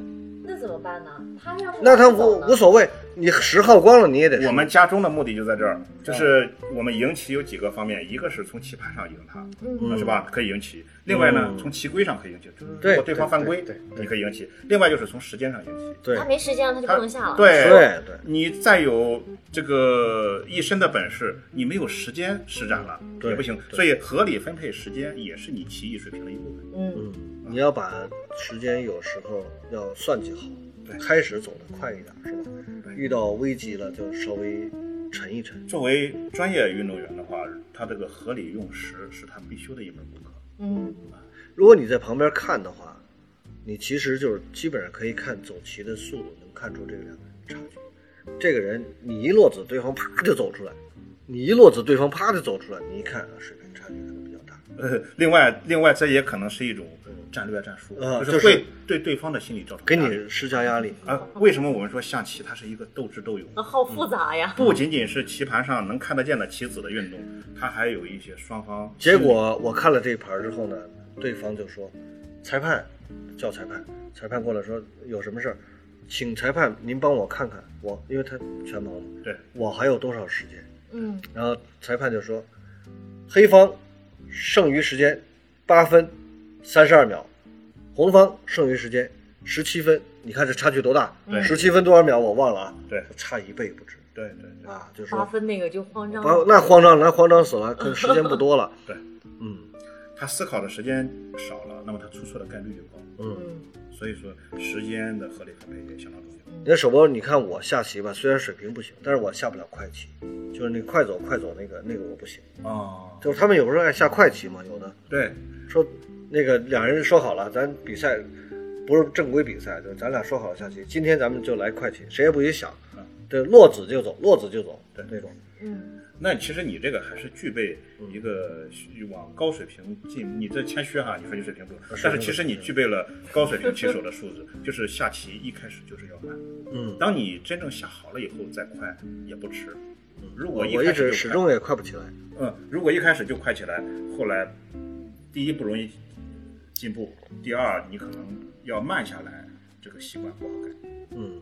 Speaker 3: 那怎么办呢？他要是
Speaker 2: 那他
Speaker 3: 不走
Speaker 2: 无
Speaker 3: 呢
Speaker 2: 无所谓，你十耗光了你也得输
Speaker 1: 我们加钟的目的就在这儿，就是我们赢棋有几个方面，一个是从棋盘上赢他，
Speaker 3: 嗯
Speaker 1: 是吧？可以赢棋。另外呢
Speaker 2: 嗯，
Speaker 1: 从棋规上可以赢棋，就是
Speaker 2: 对
Speaker 1: 如果方犯规
Speaker 2: 对对，对
Speaker 1: 你可以赢棋。另外就是从时间上赢棋。
Speaker 2: 对
Speaker 3: 他没时间了，他就不能下了。，
Speaker 1: 对
Speaker 2: 对对
Speaker 1: 你再有这个一身的本事，你没有时间施展了
Speaker 2: 对
Speaker 1: 也不行。
Speaker 2: 对
Speaker 1: 所以合理分配时间也是你棋艺水平的一部分。
Speaker 3: 嗯，
Speaker 2: 嗯，你要把时间有时候要算计好，开始走得快一点，是吧？遇到危机了就稍微沉一沉。
Speaker 1: 作为专业运动员的话，他这个合理用时是他必修的一门功课。
Speaker 3: 嗯，
Speaker 2: 如果你在旁边看的话，你其实就是基本上可以看走棋的速度，能看出这两个人差距。这个人你一落子，对方啪就走出来；你一落子，对方啪就走出来。你一看啊，水平差距可能比较大。
Speaker 1: 呃，另外，另外这也可能是一种战略战术，
Speaker 2: 啊
Speaker 1: 就是
Speaker 2: 就
Speaker 1: 会
Speaker 2: 是
Speaker 1: 对对方的心理造成
Speaker 2: 给
Speaker 1: 压力
Speaker 2: 你施加压力。
Speaker 1: 啊。为什么我们说象棋它是一个斗智斗勇？
Speaker 3: 那好复杂呀。
Speaker 1: 不仅仅是棋盘上能看得见的棋子的运动，它还有一些双方
Speaker 2: 结果我看了这一盘之后呢，对方就说，裁判叫裁判，裁判过来说有什么事儿，请裁判您帮我看看我，因为他全盲嘛，
Speaker 1: 对
Speaker 2: 我还有多少时间？
Speaker 3: 嗯，
Speaker 2: 然后裁判就说，黑方剩余时间八分三十二秒，红方剩余时间十七分，你看这差距多大？
Speaker 1: 对
Speaker 2: 十七分多少秒我忘了啊，
Speaker 1: 对
Speaker 2: 差一倍不止
Speaker 1: 对对对，
Speaker 2: 啊，就
Speaker 3: 八
Speaker 2: 说
Speaker 3: 分那个就慌张
Speaker 2: 把
Speaker 3: 了。
Speaker 2: 那慌张了，那慌张死了，可能时间不多了，
Speaker 1: 对，
Speaker 2: 嗯
Speaker 1: 他思考的时间少了，那么他出错的概率就高，
Speaker 2: 嗯。
Speaker 3: 嗯
Speaker 1: 所以说时间的合理分配也相当重要。
Speaker 2: 你看首播，你看我下棋吧，虽然水平不行，但是我下不了快棋，就是那快走快走那个那个我不行。
Speaker 1: 哦，
Speaker 2: 就是他们有时候爱下快棋嘛，有的
Speaker 1: 对，
Speaker 2: 说那个两人说好了，咱比赛不是正规比赛，就是咱俩说好了下棋，今天咱们就来快棋，谁也不许想
Speaker 1: 嗯，
Speaker 2: 对，落子就走，落子就走，
Speaker 1: 对
Speaker 2: 那种。
Speaker 3: 嗯，
Speaker 1: 那其实你这个还是具备一个往高水平进，你这谦虚哈，你说你水平不，但啊是其实你具备了高水平棋手的素质，就是下棋一开始就是要慢，
Speaker 2: 嗯，
Speaker 1: 当你真正下好了以后再快也不迟。如
Speaker 2: 我
Speaker 1: 果嗯一
Speaker 2: 我
Speaker 1: 开
Speaker 2: 直
Speaker 1: 始
Speaker 2: 始
Speaker 1: 就快
Speaker 2: 终也快不起来。
Speaker 1: 嗯，如果一开始就快起来，后来第一不容易进步，第二你可能要慢下来，这个习惯不好改。
Speaker 2: 嗯，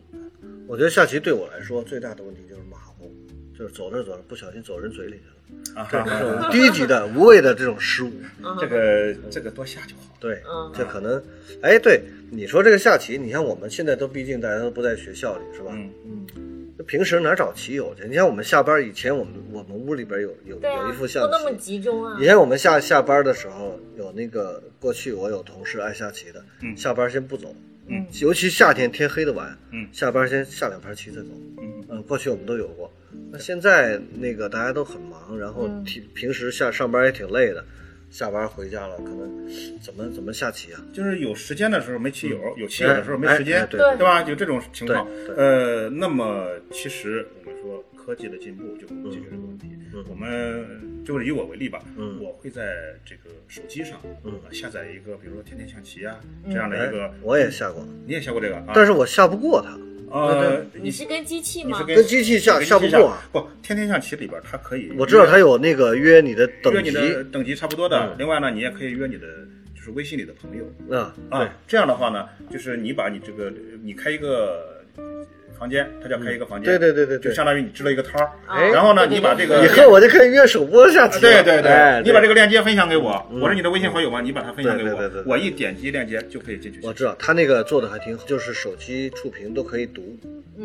Speaker 2: 我觉得下棋对我来说最大的问题就是马虎，就是走着走着不小心走人嘴里去了，
Speaker 1: 啊，
Speaker 2: 这种低级的无谓的这种失误。
Speaker 1: 这个这个多下就好。
Speaker 2: 对
Speaker 3: 嗯，
Speaker 2: 这可能，哎，对，你说这个下棋，你像我们现在都毕竟大家都不在学校里，是吧？
Speaker 1: 嗯，
Speaker 2: 那平时哪找棋友去？你像我们下班以前，我们我们屋里边有有、
Speaker 3: 对啊，
Speaker 2: 有一副象
Speaker 3: 不那么
Speaker 2: 棋。
Speaker 3: 集中啊
Speaker 2: 以。前我们下下班的时候，有那个过去我有同事爱下棋的，
Speaker 1: 嗯
Speaker 2: 下班先不走，
Speaker 3: 嗯
Speaker 2: 尤其夏天天黑的晚，
Speaker 1: 嗯
Speaker 2: 下班先下两盘棋再走。
Speaker 1: 嗯
Speaker 2: 嗯，过去我们都有过。那现在那个大家都很忙，然后
Speaker 3: 嗯
Speaker 2: 平平时下上班也挺累的，下班回家了，可能怎么怎么下棋啊？
Speaker 1: 就是有时间的时候没棋友，有棋友的时候没时间，
Speaker 2: 嗯哎哎对
Speaker 3: 对
Speaker 1: 对吧？有这种情况。
Speaker 2: 对对
Speaker 1: 呃，那么其实我们说科技的进步就解决这个问题。我们就是以我为例吧，
Speaker 2: 嗯
Speaker 1: 我会在这个手机上、
Speaker 2: 嗯
Speaker 1: 呃下载一个，比如说《天天象棋》啊这样的一个
Speaker 2: 哎。我也下过，
Speaker 1: 你也下过这个啊？
Speaker 2: 但是我下不过他。
Speaker 1: 呃，
Speaker 3: 你是跟机器
Speaker 1: 你
Speaker 3: 吗
Speaker 1: 是？
Speaker 2: 跟机器下
Speaker 1: 跟机器
Speaker 2: 下不过啊
Speaker 1: 不，天天象棋里边它可以，
Speaker 2: 我知道他有那个约你的等
Speaker 1: 约你
Speaker 2: 级，嗯
Speaker 1: 的等级差不多的，另外呢，你也可以约你的。就是微信里的朋友
Speaker 2: 啊，对
Speaker 1: 啊，。这样的话呢，就是你把你这个你开一个呃房间，他叫开一个房间，
Speaker 2: 对对对对对
Speaker 1: 就相当于你支了一个摊儿，
Speaker 3: 哎
Speaker 1: 然后呢，
Speaker 3: 对对对
Speaker 1: 你把这个
Speaker 2: 以后我就可以约首播下去了。
Speaker 1: 对对对
Speaker 2: 哎，
Speaker 1: 你把这
Speaker 2: 个
Speaker 1: 个链接分享给我，我是你的微信好友嘛，你把它分享给
Speaker 2: 对对对
Speaker 1: 我
Speaker 2: 对，对
Speaker 1: 我一点击链接就可以进去。
Speaker 2: 我知道他那个做的还挺好，就是手机触屏都可以读，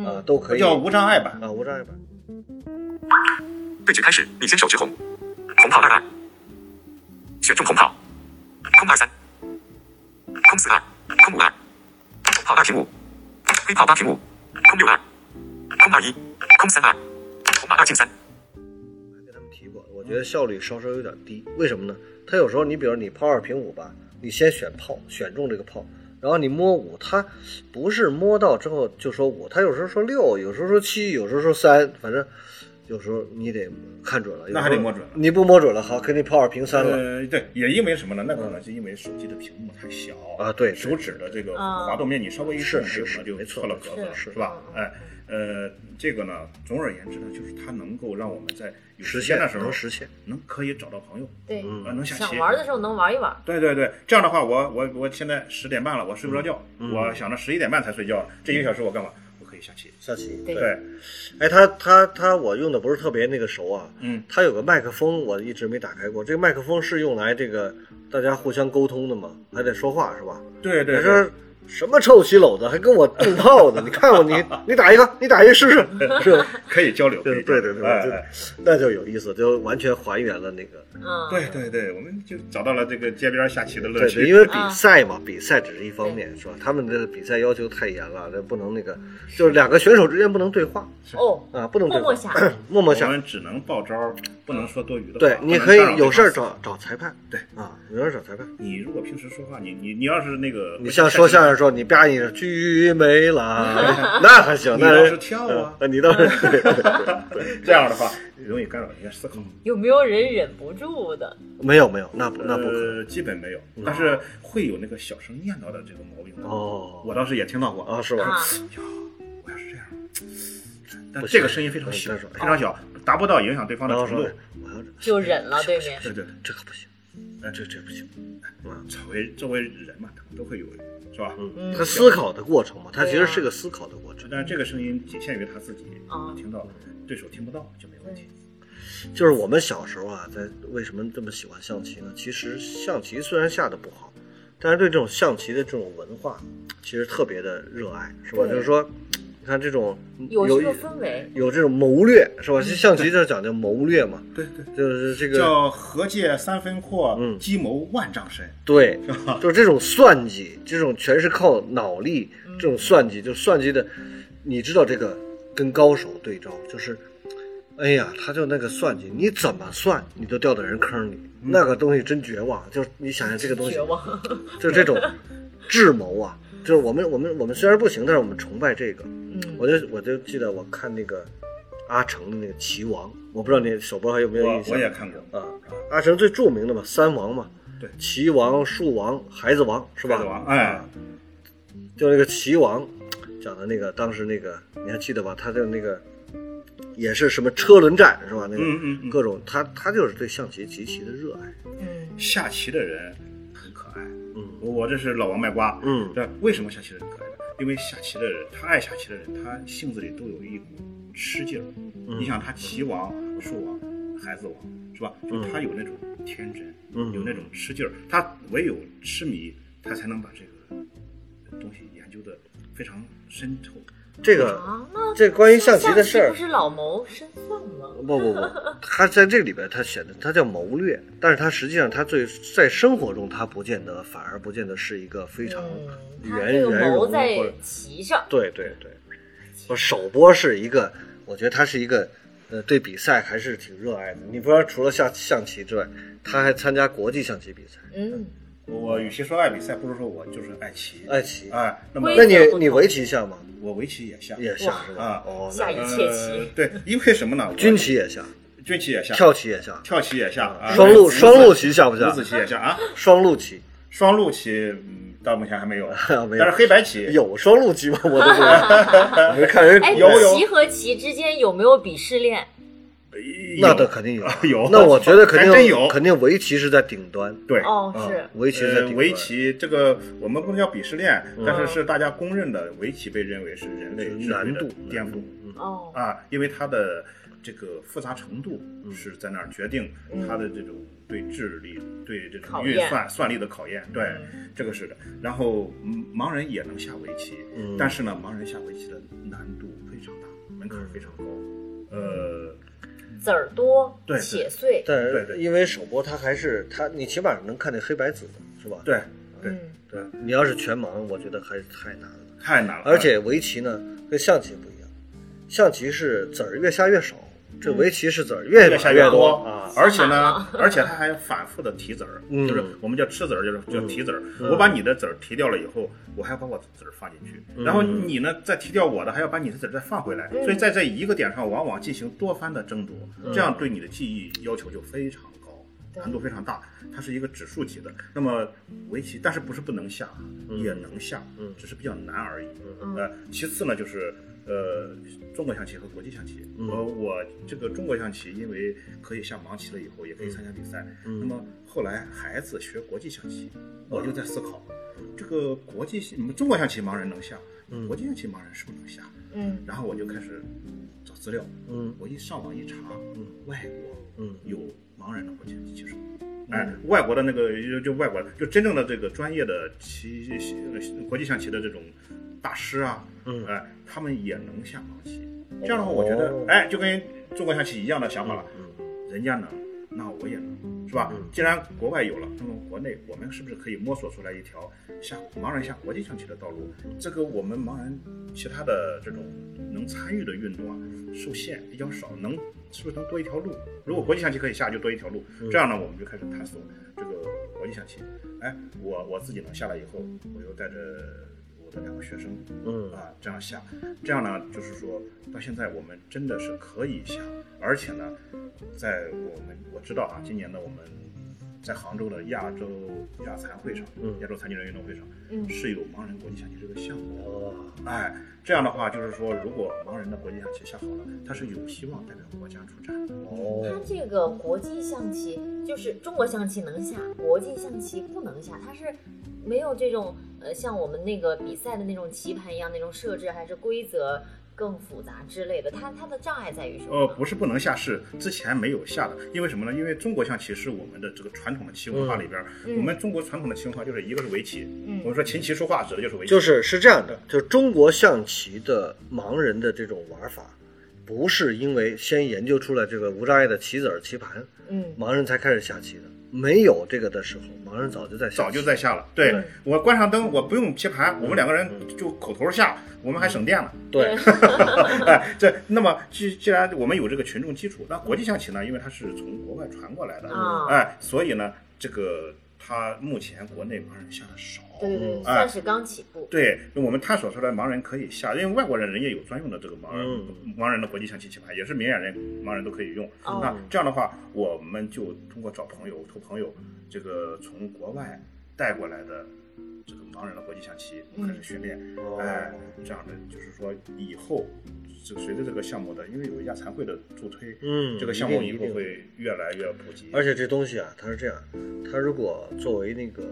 Speaker 2: 啊，都可以
Speaker 1: 叫无障碍版。
Speaker 2: 啊无障碍版。
Speaker 8: 对局开始，你先手持红，红炮二二，选中红炮，空二三，空四二，空五二，红炮二平五，黑炮八平五，空六二，空二一，空三二，红马二进三，
Speaker 2: 我跟他们提过，我觉得效率稍稍有点低，为什么呢？他有时候你比如你炮二平五吧，你先选炮，选中这个炮，然后你摸五，他不是摸到之后就说五，他有时候说六，有时候说七，有时候说三，反正有时候你得看准了，
Speaker 1: 那还得摸准了
Speaker 2: 你不摸准了，好，肯定炮二平三了。嗯
Speaker 1: 呃，对，也因为什么呢？那可能是因为手机的屏幕太小
Speaker 2: 啊对对
Speaker 1: 手指的这个
Speaker 3: 啊
Speaker 1: 滑动面积稍微一
Speaker 2: 是
Speaker 1: 动，
Speaker 2: 是
Speaker 1: 可
Speaker 2: 是
Speaker 1: 能就
Speaker 2: 没错
Speaker 1: 错了
Speaker 2: 没
Speaker 1: 格
Speaker 2: 错
Speaker 1: 子了，
Speaker 2: 是
Speaker 1: 是吧？
Speaker 3: 嗯
Speaker 1: 哎，呃，这个呢，总而言之呢，就是它能够让我们在有
Speaker 2: 实
Speaker 1: 时
Speaker 2: 现
Speaker 1: 间的时候
Speaker 2: 能实现，
Speaker 1: 能可以找到朋友，
Speaker 3: 对，
Speaker 2: 嗯
Speaker 1: 啊，能下棋，
Speaker 3: 想玩的时候能玩一玩。
Speaker 1: 对对对，这样的话，我我我现在十点半了，我睡不着觉，
Speaker 2: 嗯
Speaker 1: 我想着十一点半才睡觉，这一个小时我干嘛？我可以下棋。
Speaker 2: 下棋
Speaker 3: 对
Speaker 1: 对，
Speaker 2: 哎，他他他，我用的不是特别那个熟啊。
Speaker 1: 嗯，
Speaker 2: 他有个麦克风，我一直没打开过。这个麦克风是用来这个大家互相沟通的嘛，还得说话是吧？
Speaker 1: 对对
Speaker 2: 他
Speaker 1: 对，
Speaker 2: 说什么臭棋篓子，还跟我动炮呢？你 看我，你你打一个，你打一个 试试，是吧？
Speaker 1: 可以交流。可
Speaker 2: 对
Speaker 1: 以
Speaker 2: 对
Speaker 1: 交
Speaker 2: 对
Speaker 1: 流
Speaker 2: 对，
Speaker 1: 哎
Speaker 2: 就
Speaker 1: 哎
Speaker 2: 那就有意思，就完全还原了那个。
Speaker 3: 嗯，
Speaker 1: 对对对，我们就找到了这个街边下棋的乐
Speaker 2: 对
Speaker 1: 趣。
Speaker 2: 对，因为比
Speaker 3: 啊
Speaker 2: 赛嘛，比赛只是一方面，是吧？他们的比赛要求太严了，这不能那个，就是两个选手之间不能对话
Speaker 3: 哦，
Speaker 2: 啊，不能对话
Speaker 3: 默默下，
Speaker 2: 默默下
Speaker 1: 我。们只能报招儿，不能说多余的话。
Speaker 2: 对，
Speaker 1: 不能
Speaker 2: 你可以
Speaker 1: 干扰
Speaker 2: 有事儿
Speaker 1: 对方
Speaker 2: 找找裁判。
Speaker 1: 对
Speaker 2: 啊，有事儿找裁判。
Speaker 1: 你如果平时说话，你你你要是那个，
Speaker 2: 你像说相声说你吧你鞠 眉啦，那还行，那人
Speaker 1: 你倒是跳啊
Speaker 2: 嗯你倒是 对对对
Speaker 1: 对这样的 话，容易干扰人家思考。
Speaker 3: 有没有人忍不住的？
Speaker 2: 没有没有，那不嗯那不可能嗯
Speaker 1: 呃，基本没有，但是会有那个小声念叨的这个毛病。
Speaker 2: 哦
Speaker 1: 我当时也听到过
Speaker 2: 啊，是
Speaker 3: 啊
Speaker 2: 吧？
Speaker 1: 哟，我要是这样，但
Speaker 2: 不行
Speaker 1: 这个声音非常小，
Speaker 2: 但是
Speaker 1: 非常小，达不到影响对方的
Speaker 2: 然后
Speaker 1: 程
Speaker 3: 啊
Speaker 2: 说
Speaker 1: 度。
Speaker 2: 我要这
Speaker 3: 就忍了，对面
Speaker 1: 对对，对
Speaker 2: 这可不行，
Speaker 1: 哎，
Speaker 2: 这这不行。
Speaker 1: 作为作为人嘛，都会有，是吧？
Speaker 2: 嗯，他思考的过程嘛，他其
Speaker 3: 对啊
Speaker 2: 实是个思考的过程。
Speaker 1: 但是这个声音仅限于他自己
Speaker 3: 啊
Speaker 1: 能听到，对手听不到就没问题。
Speaker 2: 就是我们小时候啊，在为什么这么喜欢象棋呢？其实象棋虽然下的不好，但是对这种象棋的这种文化，其实特别的热爱，是吧？
Speaker 3: 对
Speaker 2: 就是说，你看这种
Speaker 3: 有这个氛围。
Speaker 2: 有这种谋略，是 吧？象棋就是讲究谋略嘛，
Speaker 1: 对对，
Speaker 2: 就是这个
Speaker 1: 叫合界三分阔
Speaker 2: 嗯，
Speaker 1: 计谋万丈深。
Speaker 2: 对
Speaker 1: 吧，
Speaker 2: 就是这种算计，这种全是靠脑力，
Speaker 3: 嗯
Speaker 2: 这种算计就算计的，你知道这个跟高手对招就是。哎呀，他就那个算计，你怎么算你都掉到人坑里，那个东西真绝望。就是你想想这个东西，
Speaker 3: 嗯绝 望，
Speaker 2: 就是这 种智谋啊，就是我们我们我们虽然不行，但是我们崇拜这个。
Speaker 3: 嗯
Speaker 2: 我就我就记得我看那个阿成的那个《棋王》，我不知道你首播还有没有
Speaker 1: 我
Speaker 2: 印象？
Speaker 1: 我也看过，
Speaker 2: 啊，阿成最著名的嘛，三王嘛，
Speaker 1: 对
Speaker 2: 棋王、树王、孩子王是吧？
Speaker 1: 孩子王哎
Speaker 2: 啊就那个棋王讲的那个，当时那个你还记得吧？他的那个也是什么车轮战是吧？那个
Speaker 1: 嗯嗯嗯
Speaker 2: 各种他他就是对象棋极其的热爱。
Speaker 3: 嗯，
Speaker 1: 下棋的人很可爱。
Speaker 2: 嗯
Speaker 1: 我我这是老王卖瓜。
Speaker 2: 嗯
Speaker 1: 对，为什么下棋的人可爱呢？因为下棋的人，他爱下棋的人，他性子里都有一股吃劲儿。
Speaker 2: 嗯
Speaker 1: 你想，他棋王、树王、孩子王，是吧？就他有那种天真，
Speaker 2: 嗯
Speaker 1: 有那种吃劲儿。他唯有痴迷，他才能把这个东西研究的非常深透。
Speaker 2: 这个
Speaker 3: 啊，那
Speaker 2: 这关于象棋的事儿
Speaker 3: 象不是老谋深算吗？
Speaker 2: 不不不，他在这里边他显得他叫谋略，但是他实际上他最在生活中他不见得，反而不见得是一个非常
Speaker 3: 嗯，他
Speaker 2: 圆
Speaker 3: 这个
Speaker 2: 圆
Speaker 3: 谋
Speaker 2: 融的
Speaker 3: 在
Speaker 2: 或者
Speaker 3: 棋上，
Speaker 2: 对对对，我首播是一个，我觉得他是一个，呃，对比赛还是挺热爱的。你不知道，除了下象棋之外，他还参加国际象棋比赛，
Speaker 3: 嗯，
Speaker 1: 我与其说爱比赛，不如说我就是爱棋。
Speaker 2: 爱棋。
Speaker 1: 哎，那么
Speaker 3: 规
Speaker 2: 那你
Speaker 3: 则不同
Speaker 2: 你围棋下吗？
Speaker 1: 我围棋也下，
Speaker 2: 也下是吧？
Speaker 1: 啊
Speaker 2: 哦，
Speaker 3: 下
Speaker 2: 那
Speaker 3: 一切
Speaker 1: 呃
Speaker 3: 棋，
Speaker 1: 对，因为什么呢？我
Speaker 2: 军棋也下，
Speaker 1: 军棋也下，
Speaker 2: 跳棋也下，
Speaker 1: 跳棋也下，啊
Speaker 2: 双路
Speaker 1: 五子
Speaker 2: 双路棋下不下
Speaker 1: 五子棋也下啊，
Speaker 2: 双路棋
Speaker 1: 双路棋嗯，到目前还没有，
Speaker 2: 没有
Speaker 1: 但是黑白棋
Speaker 2: 有双路棋吗？我都不 知道，我没看人
Speaker 3: 哎，
Speaker 1: 有有
Speaker 3: 棋和棋之间有没有鄙视链？
Speaker 1: 有
Speaker 2: 那倒肯定有
Speaker 1: 有，有
Speaker 2: 那我觉得肯定
Speaker 1: 还真有
Speaker 2: 肯定围棋是在顶端。
Speaker 1: 对。
Speaker 3: 哦，
Speaker 2: 啊
Speaker 3: 是，
Speaker 2: 围棋是在
Speaker 1: 呃
Speaker 2: 顶，端。
Speaker 1: 围棋这个我们不能叫鄙视链，但
Speaker 3: 嗯
Speaker 1: 是是大家公认的，围棋被认为是人类智慧
Speaker 2: 难
Speaker 1: 的
Speaker 2: 度
Speaker 1: 巅
Speaker 2: 难
Speaker 1: 峰
Speaker 2: 度。嗯
Speaker 3: 哦，
Speaker 1: 啊，因为它的这个复杂程度
Speaker 2: 嗯
Speaker 1: 是在那儿决定它的这种对智力、对这
Speaker 3: 考
Speaker 1: 种
Speaker 3: 验
Speaker 1: 运算、算力的考验。对，这个是的。然后嗯盲人也能下围棋，
Speaker 2: 嗯
Speaker 1: 但是呢，盲人下围棋的难度非常大，门
Speaker 2: 嗯
Speaker 1: 槛儿非常高。呃，
Speaker 3: 子儿多，
Speaker 1: 对
Speaker 3: 且碎，
Speaker 2: 但
Speaker 1: 对
Speaker 2: 是
Speaker 1: 对
Speaker 2: 因为手博它还是它，你起码能看见黑白子的是吧？，
Speaker 1: 对对
Speaker 3: 嗯，
Speaker 1: 对，哎
Speaker 2: 你要是全盲，我觉得还是太难了。
Speaker 1: 太难了。
Speaker 2: 而且围棋呢，跟象棋不一样，象棋是子儿越下越少，这围棋是子儿越
Speaker 1: 越
Speaker 2: 下
Speaker 1: 下越
Speaker 2: 多
Speaker 1: 多
Speaker 2: 啊。
Speaker 1: 而且呢，而且它还反复的提子儿，
Speaker 2: 嗯
Speaker 1: 就是我们叫吃子儿，就是叫提子儿。
Speaker 2: 嗯
Speaker 1: 我把你的子儿提掉了以后，我还要把我的子儿放进去，
Speaker 2: 嗯
Speaker 1: 然后你呢再提掉我的，还要把你的子儿再放回来。所以在这一个点上，往往进行多番的争夺，
Speaker 2: 嗯
Speaker 1: 这样对你的记忆要求就非常高。
Speaker 3: 对
Speaker 1: 难度非常大，它是一个指数级的。那么围棋，但是不是不能下，也能下，
Speaker 2: 嗯
Speaker 1: 只是比较难而已。
Speaker 3: 嗯
Speaker 1: 呃，其次呢，就是呃，中国象棋和国际象棋。
Speaker 2: 嗯
Speaker 1: 呃，我这个中国象棋，因为可以下盲棋了以后，也可以参加比赛。
Speaker 2: 嗯
Speaker 1: 那么后来孩子学国际象棋，我就在思考，这个国际你们中国象棋盲人能下，
Speaker 2: 嗯
Speaker 1: 国际象棋盲人是不是能下？
Speaker 3: 嗯，
Speaker 1: 然后我就开始找资料，
Speaker 2: 嗯
Speaker 1: 我一上网一查，
Speaker 2: 嗯
Speaker 1: 外国
Speaker 2: 嗯
Speaker 1: 有盲人的国际象棋棋手。哎，外国的那个就就外国的，就真正的这个专业的棋呃国际象棋的这种大师啊，
Speaker 2: 嗯哦
Speaker 1: 哎，他们也能下盲棋。这样的话，我觉得，哎，就跟中国象棋一样的想法了，
Speaker 2: 嗯
Speaker 1: 嗯人家能，那我也能，是吧？既然国外有了，那么国内我们是不是可以摸索出来一条下盲人下国际象棋的道路？这个我们盲人其他的这种能参与的运动啊，受限比较少，能是不是能多一条路？如果国际象棋可以下，就多一条路。这样呢，我们就开始探索这个国际象棋。哎，我我自己能下来以后，我又带着我的两个学生，
Speaker 2: 嗯
Speaker 1: 啊，这样下，这样呢，就是说到现在我们真的是可以下，而且呢，在我们我知道啊，今年呢我们在杭州的亚洲亚残会上，
Speaker 2: 嗯
Speaker 1: 亚洲残疾人运动会上，
Speaker 3: 嗯
Speaker 1: 是有盲人国际象棋这个项目的。
Speaker 2: 哇
Speaker 1: 哎，这样的话就是说，如果盲人的国际象棋下好了，他是有希望代表国家出战的。
Speaker 3: 它
Speaker 2: 哦，
Speaker 3: 这个国际象棋就是中国象棋能下，国际象棋不能下，它是没有这种呃像我们那个比赛的那种棋盘一样那种设置，还是规则更复杂之类的。它它的障碍在于什么？
Speaker 1: 呃，不是不能下，是之前没有下的，因为什么呢？因为中国象棋是我们的这个传统的棋文化里边儿，
Speaker 3: 嗯
Speaker 1: 我们中国传统的棋文化就是一个是围棋，
Speaker 3: 嗯
Speaker 1: 我们说琴棋书画指的就是围棋，
Speaker 2: 就是是这样的，就是中国象棋的盲人的这种玩法，不是因为先研究出来这个无障碍的棋子儿棋盘，
Speaker 3: 嗯
Speaker 2: 盲人才开始下棋的。没有这个的时候，盲人早就在下棋
Speaker 1: 早就在下了。对、
Speaker 3: 嗯
Speaker 1: 我关上灯，我不用棋盘，我们两个人就口头下，我们还省电了。
Speaker 2: 对，
Speaker 1: 哎，这那么既既然我们有这个群众基础，那国际象棋呢，因为它是从国外传过来的，
Speaker 3: 啊
Speaker 1: 哎，所以呢，这个它目前国内盲人下的少。
Speaker 3: 对对对，
Speaker 2: 嗯
Speaker 1: 哎
Speaker 3: 算是刚起步。
Speaker 1: 对，我们探索出来盲人可以下，因为外国人人家有专用的这个盲人、
Speaker 2: 嗯
Speaker 1: 盲人的国际象棋棋盘，也是明眼人盲人都可以用。
Speaker 3: 哦
Speaker 1: 那这样的话，我们就通过找朋友、托朋友，这个从国外带过来的这个盲人的国际象棋开始训练。
Speaker 2: 哦
Speaker 1: 哎，这样的就是说以后，这个随着这个项目的，因为有亚残会的助推，
Speaker 2: 嗯
Speaker 1: 这个项目
Speaker 2: 一
Speaker 1: 以
Speaker 2: 定
Speaker 1: 后
Speaker 2: 一定
Speaker 1: 会越来越普及。
Speaker 2: 而且这东西啊，它是这样，它如果作为那个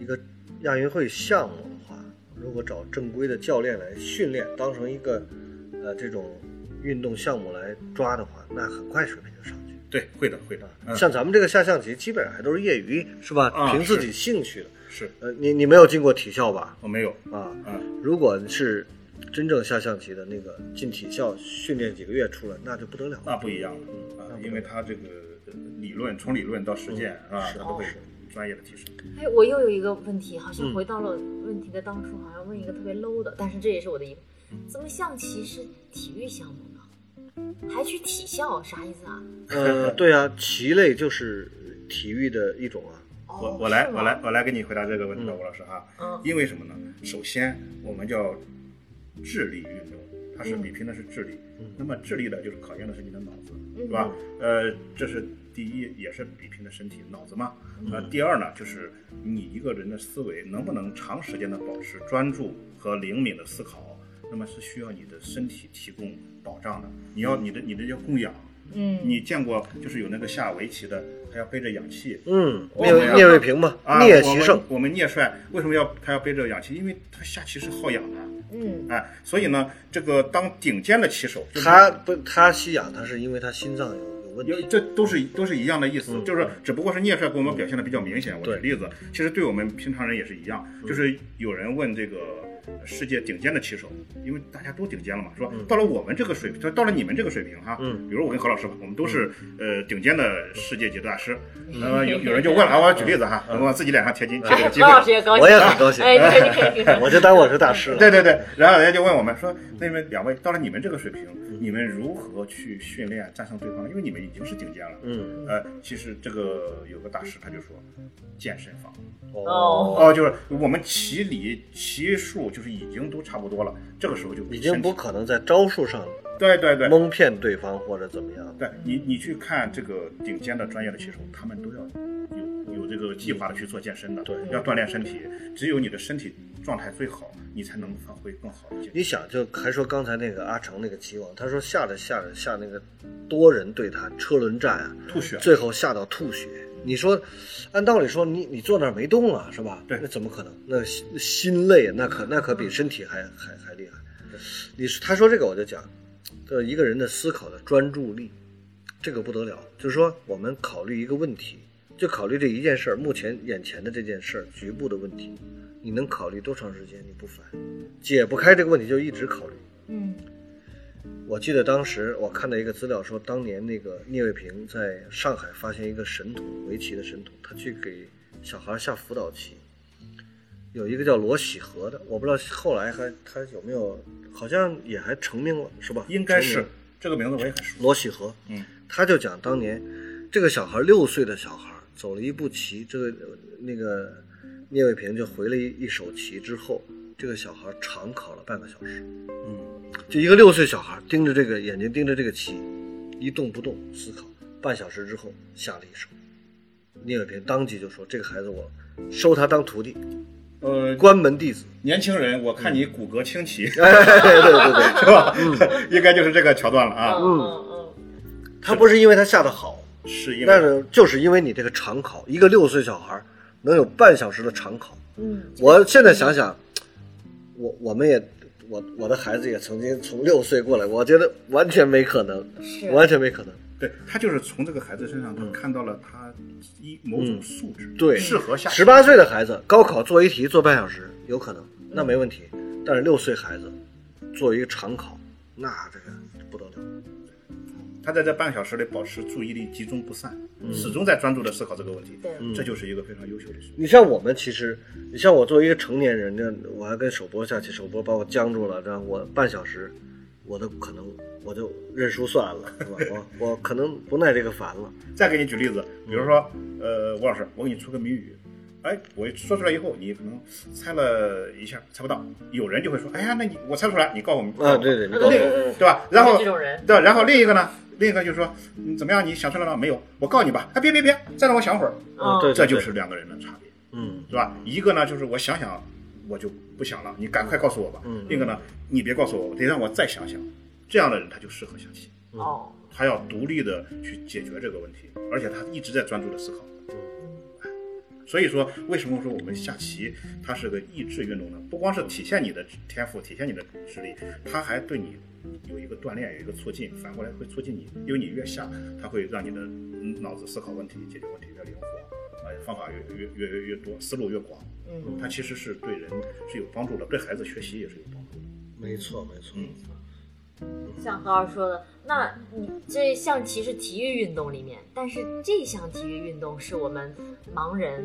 Speaker 2: 一个亚运会项目的话，如果找正规的教练来训练，当成一个呃这种运动项目来抓的话，那很快水平就上去。啊
Speaker 1: 对，会的，会的，嗯，
Speaker 2: 像咱们这个下象棋，基本上还都是业余，是吧？
Speaker 1: 啊
Speaker 2: 凭自己兴趣的。
Speaker 1: 是哦
Speaker 2: 呃，你你没有进过体校吧？
Speaker 1: 我没有，
Speaker 2: 啊，
Speaker 1: 嗯，
Speaker 2: 如果是真正下象棋的那个进体校训练几个月出来，那就不得了了。
Speaker 1: 那不一样了啊，因为他这个呃理论从理论到实践
Speaker 2: 嗯
Speaker 1: 啊，
Speaker 2: 是
Speaker 1: 他都会
Speaker 3: 是
Speaker 1: 专业的提升。
Speaker 3: 哎，我又有一个问题，好像
Speaker 2: 嗯
Speaker 3: 回到了问题的当初，好像问一个特别 low 的，但是这也是我的疑问：
Speaker 1: 嗯
Speaker 3: 怎么象棋是体育项目呢？还去体校，啥意思啊？
Speaker 2: 呃，对啊，棋类就是体育的一种啊。
Speaker 3: 哦
Speaker 1: 我我来
Speaker 3: 是吗
Speaker 1: 我来我来给你回答这个问题吧，
Speaker 2: 嗯
Speaker 1: 吴老师哈。
Speaker 3: 嗯
Speaker 1: 因为什么呢？首先，我们叫智力运动，它
Speaker 3: 嗯
Speaker 1: 是比拼的是智力。那么智力的就是考验的是你的脑子，
Speaker 3: 嗯
Speaker 1: 是吧？呃，这是第一，也是比拼的身体脑子嘛。
Speaker 3: 嗯
Speaker 1: 呃，第二呢，就是你一个人的思维能不能长时间的保持专注和灵敏的思考，那么是需要你的身体提供保障的。你要你的你的要供养，
Speaker 3: 嗯，
Speaker 1: 你见过就是有那个下围棋的，还要背着氧气，
Speaker 2: 嗯，
Speaker 1: 我
Speaker 2: 聂
Speaker 1: 们要
Speaker 2: 聂卫平嘛，
Speaker 1: 啊，
Speaker 2: 聂其胜
Speaker 1: 我们，我们聂帅为什么要他要背着氧气？因为他下棋是耗氧的，
Speaker 3: 嗯
Speaker 1: 哎，所以呢，这个当顶尖的棋手，就是
Speaker 2: 他不他吸氧，他是因为他心脏有有问
Speaker 1: 有
Speaker 2: 题。
Speaker 1: 这都是都是一样的意思，
Speaker 2: 嗯
Speaker 1: 就是只不过是聂帅给我们表现的比较明显。我
Speaker 2: 对嗯
Speaker 1: 举例子，其实对我们平常人也是一样，就是有人问这个呃世界顶尖的棋手，因为大家都顶尖了嘛，说到了我们这个水平，说到了你们这个水平哈，
Speaker 2: 嗯
Speaker 1: 比如我跟何老师吧，我们都是呃顶尖的世界级大 师，那么有有人就问了，啊我举例子哈，
Speaker 2: 嗯
Speaker 1: 我往自己脸上贴金， 贴这个机
Speaker 3: 高
Speaker 1: 会。
Speaker 3: 老师也高兴，
Speaker 2: 我也很高兴
Speaker 3: 哎，这个这个这个
Speaker 2: 我就当我是大师了。
Speaker 1: 对对对，然后人家就问我们说，那么两位到了你们这个水平，
Speaker 2: 嗯
Speaker 1: 你们如何去训练啊战胜对方？因为你们已经是顶尖了。
Speaker 2: 嗯，
Speaker 1: 呃，其实这个有个大师他就说，健身房
Speaker 3: 哦
Speaker 1: 哦，就是我们棋理棋术就是已经都差不多了，这个时候就
Speaker 2: 已经不
Speaker 1: 身体
Speaker 2: 可能在招数上
Speaker 1: 对对对
Speaker 2: 蒙骗对方或者怎么样。
Speaker 1: 对，你你去看这个顶尖的专业的棋手，他们都要有有这个计划的去做健身的，
Speaker 2: 对
Speaker 1: 要锻炼身体，只有你的身体状态最好，你才能发挥更好的结果
Speaker 2: 你。想，就还说刚才那个阿成那个棋王，他说下着下着下那个多人对他车轮战啊，
Speaker 1: 吐血
Speaker 2: 最后下到吐血。你说，按道理说你你坐那儿没动啊，是吧？
Speaker 1: 对
Speaker 2: 那怎么可能？那心心累，啊那可那可比身体还还还厉害。你说他说这个，我就讲，就是一个人的思考的专注力，这个不得了。就是说，我们考虑一个问题，就考虑这一件事儿，目前眼前的这件事儿，局部的问题，你能考虑多长时间？你不烦，解不开这个问题就一直考虑。
Speaker 3: 嗯
Speaker 2: 我记得当时我看到一个资料说，当年那个聂卫平在上海发现一个神童，围棋的神童，他去给小孩下辅导棋，有一个叫罗喜和的，我不知道后来还他有没有，好像也还成名了，是吧？
Speaker 1: 应该
Speaker 2: 成
Speaker 1: 是
Speaker 2: 名
Speaker 1: 这个名字我也很熟。
Speaker 2: 罗喜和，
Speaker 1: 嗯，
Speaker 2: 他就讲当年这个小孩六岁的小孩走了一步棋，这个呃那个聂卫平就回了一一手棋之后，这个小孩长考了半个小时，
Speaker 1: 嗯，
Speaker 2: 就一个六岁小孩盯着这个眼睛盯着这个棋，一动不动思考，半小时之后下了一手，聂卫平当即就说：“这个孩子我收他当徒弟，
Speaker 1: 呃，
Speaker 2: 关门弟子。
Speaker 1: 年轻人，我看你骨骼清奇，
Speaker 2: 哎”对对 对，
Speaker 1: 是吧？
Speaker 2: 嗯
Speaker 1: 应该就是这个桥段了啊。
Speaker 3: 嗯嗯
Speaker 2: 他不是因为他下的好，
Speaker 1: 是因
Speaker 2: 但
Speaker 1: 为
Speaker 2: 是就是因为你这个长考，一个六岁小孩儿能有半小时的长考。
Speaker 3: 嗯
Speaker 2: 我现在想想，我我们也我我的孩子也曾经从六岁过来，我觉得完全没可能，
Speaker 3: 嗯，是
Speaker 2: 完全没可能。
Speaker 1: 对他就是从这个孩子身上，他看到了他一某种素质，
Speaker 2: 嗯对
Speaker 1: 适合下棋
Speaker 2: 十八岁的孩子高考做一题做半小时有可能，那没问题。但是六岁孩子做一个长考，那这个不得了。
Speaker 1: 他在这半小时里保持注意力集中不散，始终在专注的思考这个问题
Speaker 3: 对，
Speaker 2: 嗯
Speaker 1: 这就是一个非常优秀的学生。
Speaker 2: 你像我们其实，你像我作为一个成年人，这我还跟首播下去，首播把我僵住了，让我半小时，我都可能我就认输算了，是吧？我我可能不耐这个烦了。
Speaker 1: 再给你举例子，
Speaker 2: 嗯
Speaker 1: 比如说，呃，吴老师，我给你出个谜语。哎，我说出来以后，你可能猜了一下，猜不到。有人就会说：“哎呀，那你我猜不出来，你告诉我们。”
Speaker 2: 啊，对对，你告诉
Speaker 1: 对
Speaker 3: 嗯
Speaker 2: 我，
Speaker 1: 对吧？然后
Speaker 3: 这种人
Speaker 1: 对，然后另一个呢，另一个就说，嗯，怎么样？你想出来了吗没有？我告诉你吧，哎，别别别，再让我想会儿。
Speaker 3: 嗯
Speaker 2: 啊对，对
Speaker 1: 这就是，两个人的差别，
Speaker 2: 对嗯
Speaker 1: 是吧？一个呢，就是我想想，我就不想了，你赶快告诉我吧。
Speaker 2: 嗯
Speaker 1: 另一个呢，你别告诉我，得让我再想想。这样的人他就适合下棋，
Speaker 3: 哦，
Speaker 1: 他要独立的去解决这个问题，而且他一直在专注的思考。所以说，为什么说我们下棋它是个益智运动呢？不光是体现你的天赋，体现你的智力，它还对你有一个锻炼，有一个促进，反过来会促进你，因为你越下，它会让你的嗯脑子思考问题、解决问题越灵活，呃，方法越越越越越多，思路越广。
Speaker 3: 嗯，
Speaker 1: 它其实是对人是有帮助的，对孩子学习也是有帮助的。
Speaker 2: 没错没错。
Speaker 1: 嗯
Speaker 3: 像何老师说的，那你这象棋是体育运动里面，但是这项体育运动是我们盲人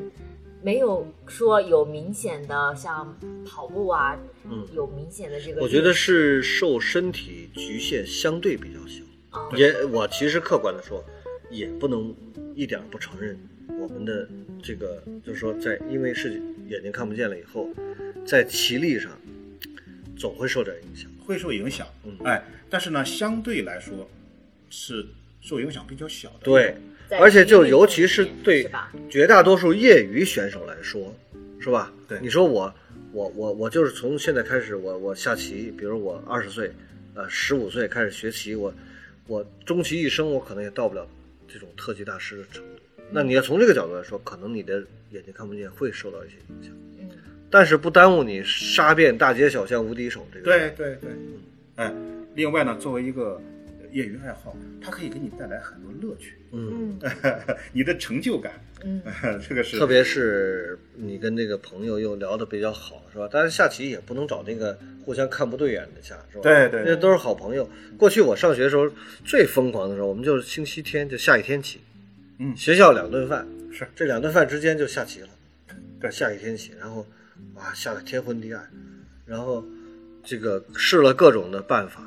Speaker 3: 没有说有明显的像跑步啊，
Speaker 2: 嗯
Speaker 3: 有明显的这个，
Speaker 2: 我觉得是受身体局限相对比较小，
Speaker 3: 啊，
Speaker 2: 也我其实客观的说，也不能一点儿不承认我们的这个，就是说在因为是眼睛看不见了以后，在棋力上总会受点影响。
Speaker 1: 会受影响，
Speaker 2: 嗯
Speaker 1: 哎，但是呢，相对来说是受影响比较小的。
Speaker 2: 对，
Speaker 3: 在
Speaker 2: 而且就
Speaker 3: 体育
Speaker 2: 尤其是
Speaker 3: 里面
Speaker 2: 对
Speaker 3: 是吧？
Speaker 2: 绝大多数业余选手来说，是吧？
Speaker 1: 对
Speaker 2: 你说我，我，我，我就是从现在开始，我我下棋，比如我二十岁，呃，十五岁开始学棋，我，我终其一生，我可能也到不了这种特级大师的程度。
Speaker 3: 嗯
Speaker 2: 那你要从这个角度来说，可能你的眼睛看不见会受到一些影响，但是不耽误你杀遍大街小巷无敌手这个。
Speaker 1: 对对对，
Speaker 2: 嗯
Speaker 1: 哎，另外呢，作为一个呃业余爱好，它可以给你带来很多乐趣，
Speaker 2: 嗯，
Speaker 3: 嗯
Speaker 1: 你的成就感，
Speaker 3: 嗯
Speaker 2: 哎
Speaker 1: 这个是
Speaker 2: 特别是你跟这个朋友又聊得比较好，是吧？但是下棋也不能找那个互相看不对眼的下，是吧？
Speaker 1: 对对
Speaker 2: 那都是好朋友。过去我上学的时候最疯狂的时候，我们就是星期天就下一天棋，
Speaker 1: 嗯
Speaker 2: 学校两顿饭，
Speaker 1: 是
Speaker 2: 这两顿饭之间就下棋了，
Speaker 1: 对
Speaker 2: 下一天棋，然后啊下的天昏地暗，然后这个试了各种的办法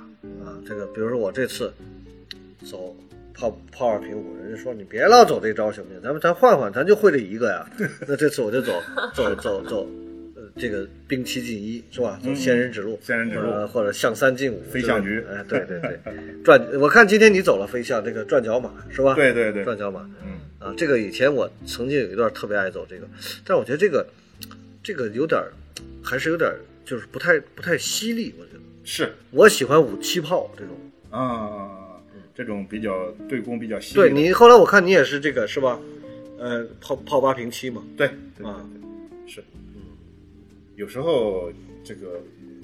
Speaker 2: 啊，这个比如说我这次走炮炮二平五，人家说你别老走这招行不行？咱们咱换换，咱就会这一个 呀。那这次我就走走走走，呃，这个兵七进一是吧？走仙人指路，
Speaker 1: 嗯仙人指路
Speaker 2: 呃或者象三进五之类的，
Speaker 1: 飞象局
Speaker 2: 哎，对对对，转我看今天你走了飞象，这个转角马是吧？
Speaker 1: 对对对
Speaker 2: 转角马，
Speaker 1: 嗯
Speaker 2: 啊，这个以前我曾经有一段特别爱走这个，但我觉得这个这个有点儿还是有点儿就是不太不太犀利，我觉得
Speaker 1: 是
Speaker 2: 我喜欢五七炮这种。
Speaker 1: 啊，这种比较对攻比较犀利
Speaker 2: 嗯对
Speaker 1: 的，
Speaker 2: 你后来我看你也是这个是吧？呃，炮炮八平七嘛，
Speaker 1: 对对对
Speaker 2: 啊
Speaker 1: 对，是，
Speaker 2: 嗯
Speaker 1: 有时候这个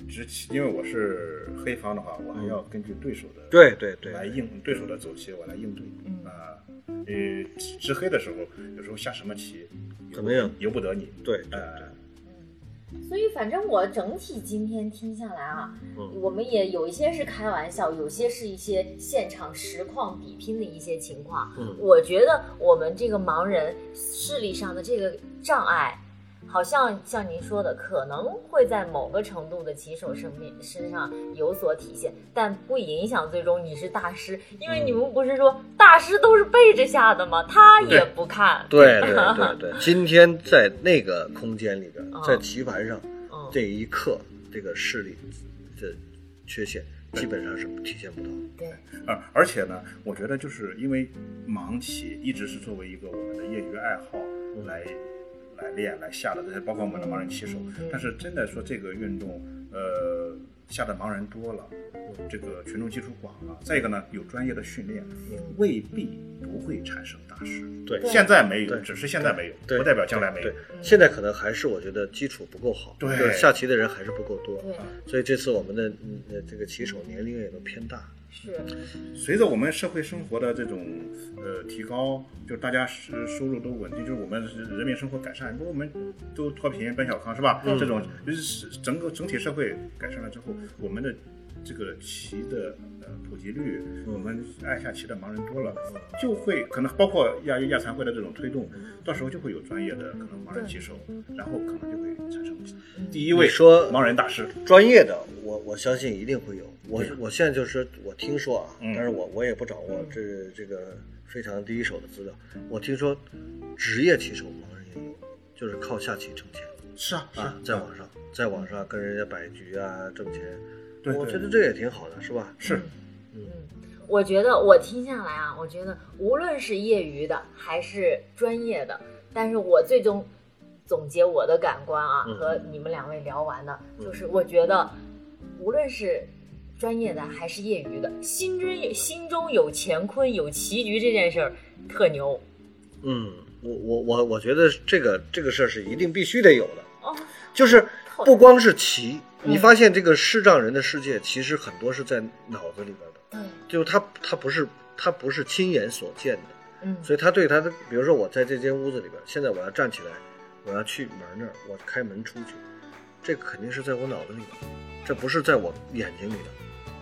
Speaker 1: 直棋，因为我是黑方的话，我
Speaker 2: 嗯
Speaker 1: 还要根据对手的
Speaker 2: 对对对
Speaker 1: 来应对手的走棋，我来应对
Speaker 3: 嗯
Speaker 1: 啊。呃，直黑的时候，有时候下什么棋，
Speaker 2: 怎么样
Speaker 1: 由不得你。
Speaker 2: 对对对
Speaker 1: 呃，
Speaker 3: 所以，反正我整体今天听下来啊，
Speaker 2: 嗯
Speaker 3: 我们也有一些是开玩笑，有些是一些现场实况比拼的一些情况。
Speaker 2: 嗯
Speaker 3: 我觉得我们这个盲人视力上的这个障碍，好像像您说的，可能会在某个程度的棋手身面身上有所体现，但不影响最终你是大师，因为你们不是说大师都是背着下的吗？他也不看。
Speaker 2: 对对对 对。今天在那个空间里边
Speaker 3: 啊，
Speaker 2: 在棋盘上
Speaker 3: 嗯，
Speaker 2: 这一刻，这个视力的缺陷基本上是体现不到。
Speaker 3: 对，
Speaker 1: 而而且呢，我觉得就是因为盲棋一直是作为一个我们的业余爱好
Speaker 2: 嗯
Speaker 1: 来、来练来下的，这些包括我们的盲人棋手。但是真的说这个运动，呃，下的盲人多了，
Speaker 2: 嗯
Speaker 1: 这个群众基础广了，再一个呢，有专业的训练，未必不会产生大师。
Speaker 2: 嗯对
Speaker 1: 现在没有，
Speaker 2: 对
Speaker 1: 只是现在没有，
Speaker 2: 对
Speaker 1: 不代表将来没有
Speaker 2: 对。，现在可能还是我觉得基础不够好，
Speaker 1: 对
Speaker 2: 就是下棋的人还是不够多，
Speaker 3: 对，
Speaker 2: 所以这次我们的嗯呃这个棋手年龄也都偏大。
Speaker 3: 是，
Speaker 1: 随着我们社会生活的这种呃提高，就大家是收入都稳定，就是我们人民生活改善，不是我们都脱贫奔小康是
Speaker 2: 嗯
Speaker 1: 吧？这种就是整个整体社会改善了之后，我们的这个棋的呃普及率，我们
Speaker 2: 嗯
Speaker 1: 爱下棋的盲人多了，就会可能包括亚运亚残会的这种推动，到时候就会有专业的可能盲人棋手，然后可能就会产生第一位
Speaker 2: 嗯你说
Speaker 1: 盲人大师，
Speaker 2: 专业的，我我相信一定会有。我我现在就是我听说啊，
Speaker 1: 嗯
Speaker 2: 但是我我也不掌握这这个非常第一手的资料。我听说职业棋手盲人也有，就是靠下棋挣钱
Speaker 1: 是啊是
Speaker 2: 啊，在网上在网上跟人家摆局啊挣钱。
Speaker 1: 对
Speaker 2: 我
Speaker 1: 对
Speaker 2: 觉得这也挺好的，是吧？
Speaker 1: 是
Speaker 3: 嗯我觉得我听下来啊，我觉得无论是业余的还是专业的，但是我最终总结我的感官啊，
Speaker 2: 嗯
Speaker 3: 和你们两位聊完的，就是我觉得无论是专业的还是业余的，心中有心中有乾坤有棋局这件事儿特牛
Speaker 2: 嗯，我我我我觉得这个这个事儿是一定必须得有的。
Speaker 3: 哦，
Speaker 2: 就是
Speaker 3: 透
Speaker 2: 不光是棋，你
Speaker 3: 嗯
Speaker 2: 发现这个视障人的世界其实很多是在脑子里边的，
Speaker 3: 对，
Speaker 2: 就是他他不是他不是亲眼所见的，
Speaker 3: 嗯，
Speaker 2: 所以他对他的，比如说我在这间屋子里边，现在我要站起来，我要去门那儿，我开门出去，这个肯定是在我脑子里边，这不是在我眼睛里的，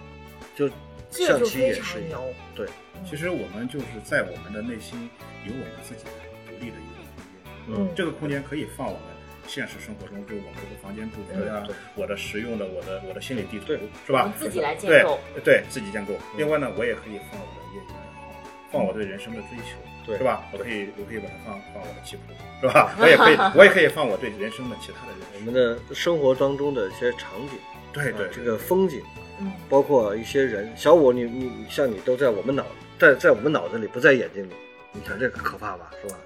Speaker 2: 就
Speaker 3: 这
Speaker 2: 象
Speaker 3: 就
Speaker 2: 棋也是
Speaker 3: 非常
Speaker 2: 一样，
Speaker 3: 牛，
Speaker 2: 对，
Speaker 1: 其实我们就是在我们的内心有我们自己的独立的一个空间，
Speaker 2: 嗯
Speaker 1: 这个空间可以放我们现实生活中，就是我们这个房间布局啊
Speaker 2: 对对，
Speaker 1: 我的实用的，我的我的心理地图
Speaker 2: 对，
Speaker 1: 是
Speaker 3: 我
Speaker 1: 吧
Speaker 3: 们？自己来建
Speaker 1: 对
Speaker 3: 构，
Speaker 1: 对自己建构。
Speaker 2: 嗯
Speaker 1: 另外呢，我也可以放我的业余爱好，放我对人生的追求，
Speaker 2: 对
Speaker 1: 是吧？我可以我可以把它放放我的棋谱，是 吧？我也可以我也可以放我对人生的其他的
Speaker 2: 我
Speaker 1: 认识
Speaker 2: 们。的生活当中的一些场景，
Speaker 1: 对对
Speaker 2: 啊，这
Speaker 1: 对
Speaker 2: 个风景。
Speaker 3: 嗯，
Speaker 2: 包括一些人，小五，你你你像你都在我们脑在在我们脑子里，不在眼睛里，你瞧这个可怕吧，是吧？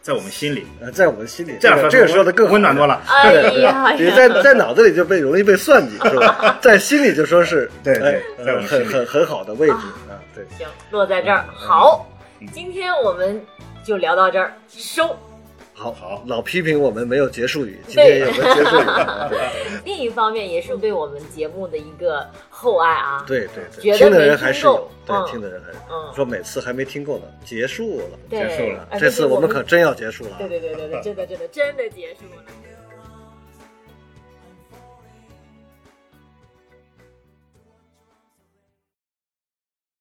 Speaker 1: 在我们心里，
Speaker 2: 呃，在我们心里，
Speaker 1: 这样
Speaker 2: 个
Speaker 1: 说
Speaker 2: 这个时候的更啊
Speaker 1: 温暖多
Speaker 2: 了。
Speaker 1: 了。
Speaker 3: 哎呀，
Speaker 2: 你在在脑子里就 被容易被算计，是吧？在心里就说是
Speaker 1: 对对
Speaker 2: 哎
Speaker 1: 在我们心里
Speaker 2: 很很很好的位置啊，对，
Speaker 3: 行，落在这儿。
Speaker 2: 嗯
Speaker 3: 好，今天我们就聊到这儿，收。
Speaker 2: 好
Speaker 1: 好
Speaker 2: 老批评我们没有结束语，今天有个结束语，对
Speaker 3: 另一方面，也是对我们节目的一个厚爱啊。，
Speaker 2: 对对 对，
Speaker 3: 觉得
Speaker 2: 听的人还是有，
Speaker 3: 没听够
Speaker 2: 对，听的人还是
Speaker 3: 嗯
Speaker 2: 说每次还没听够呢，结束了，
Speaker 3: 对哎
Speaker 1: 结束了
Speaker 3: 而且
Speaker 2: 这次
Speaker 3: 我
Speaker 2: 我们可真要结束了啊，
Speaker 3: 对对对对对，真的真的真的结束了。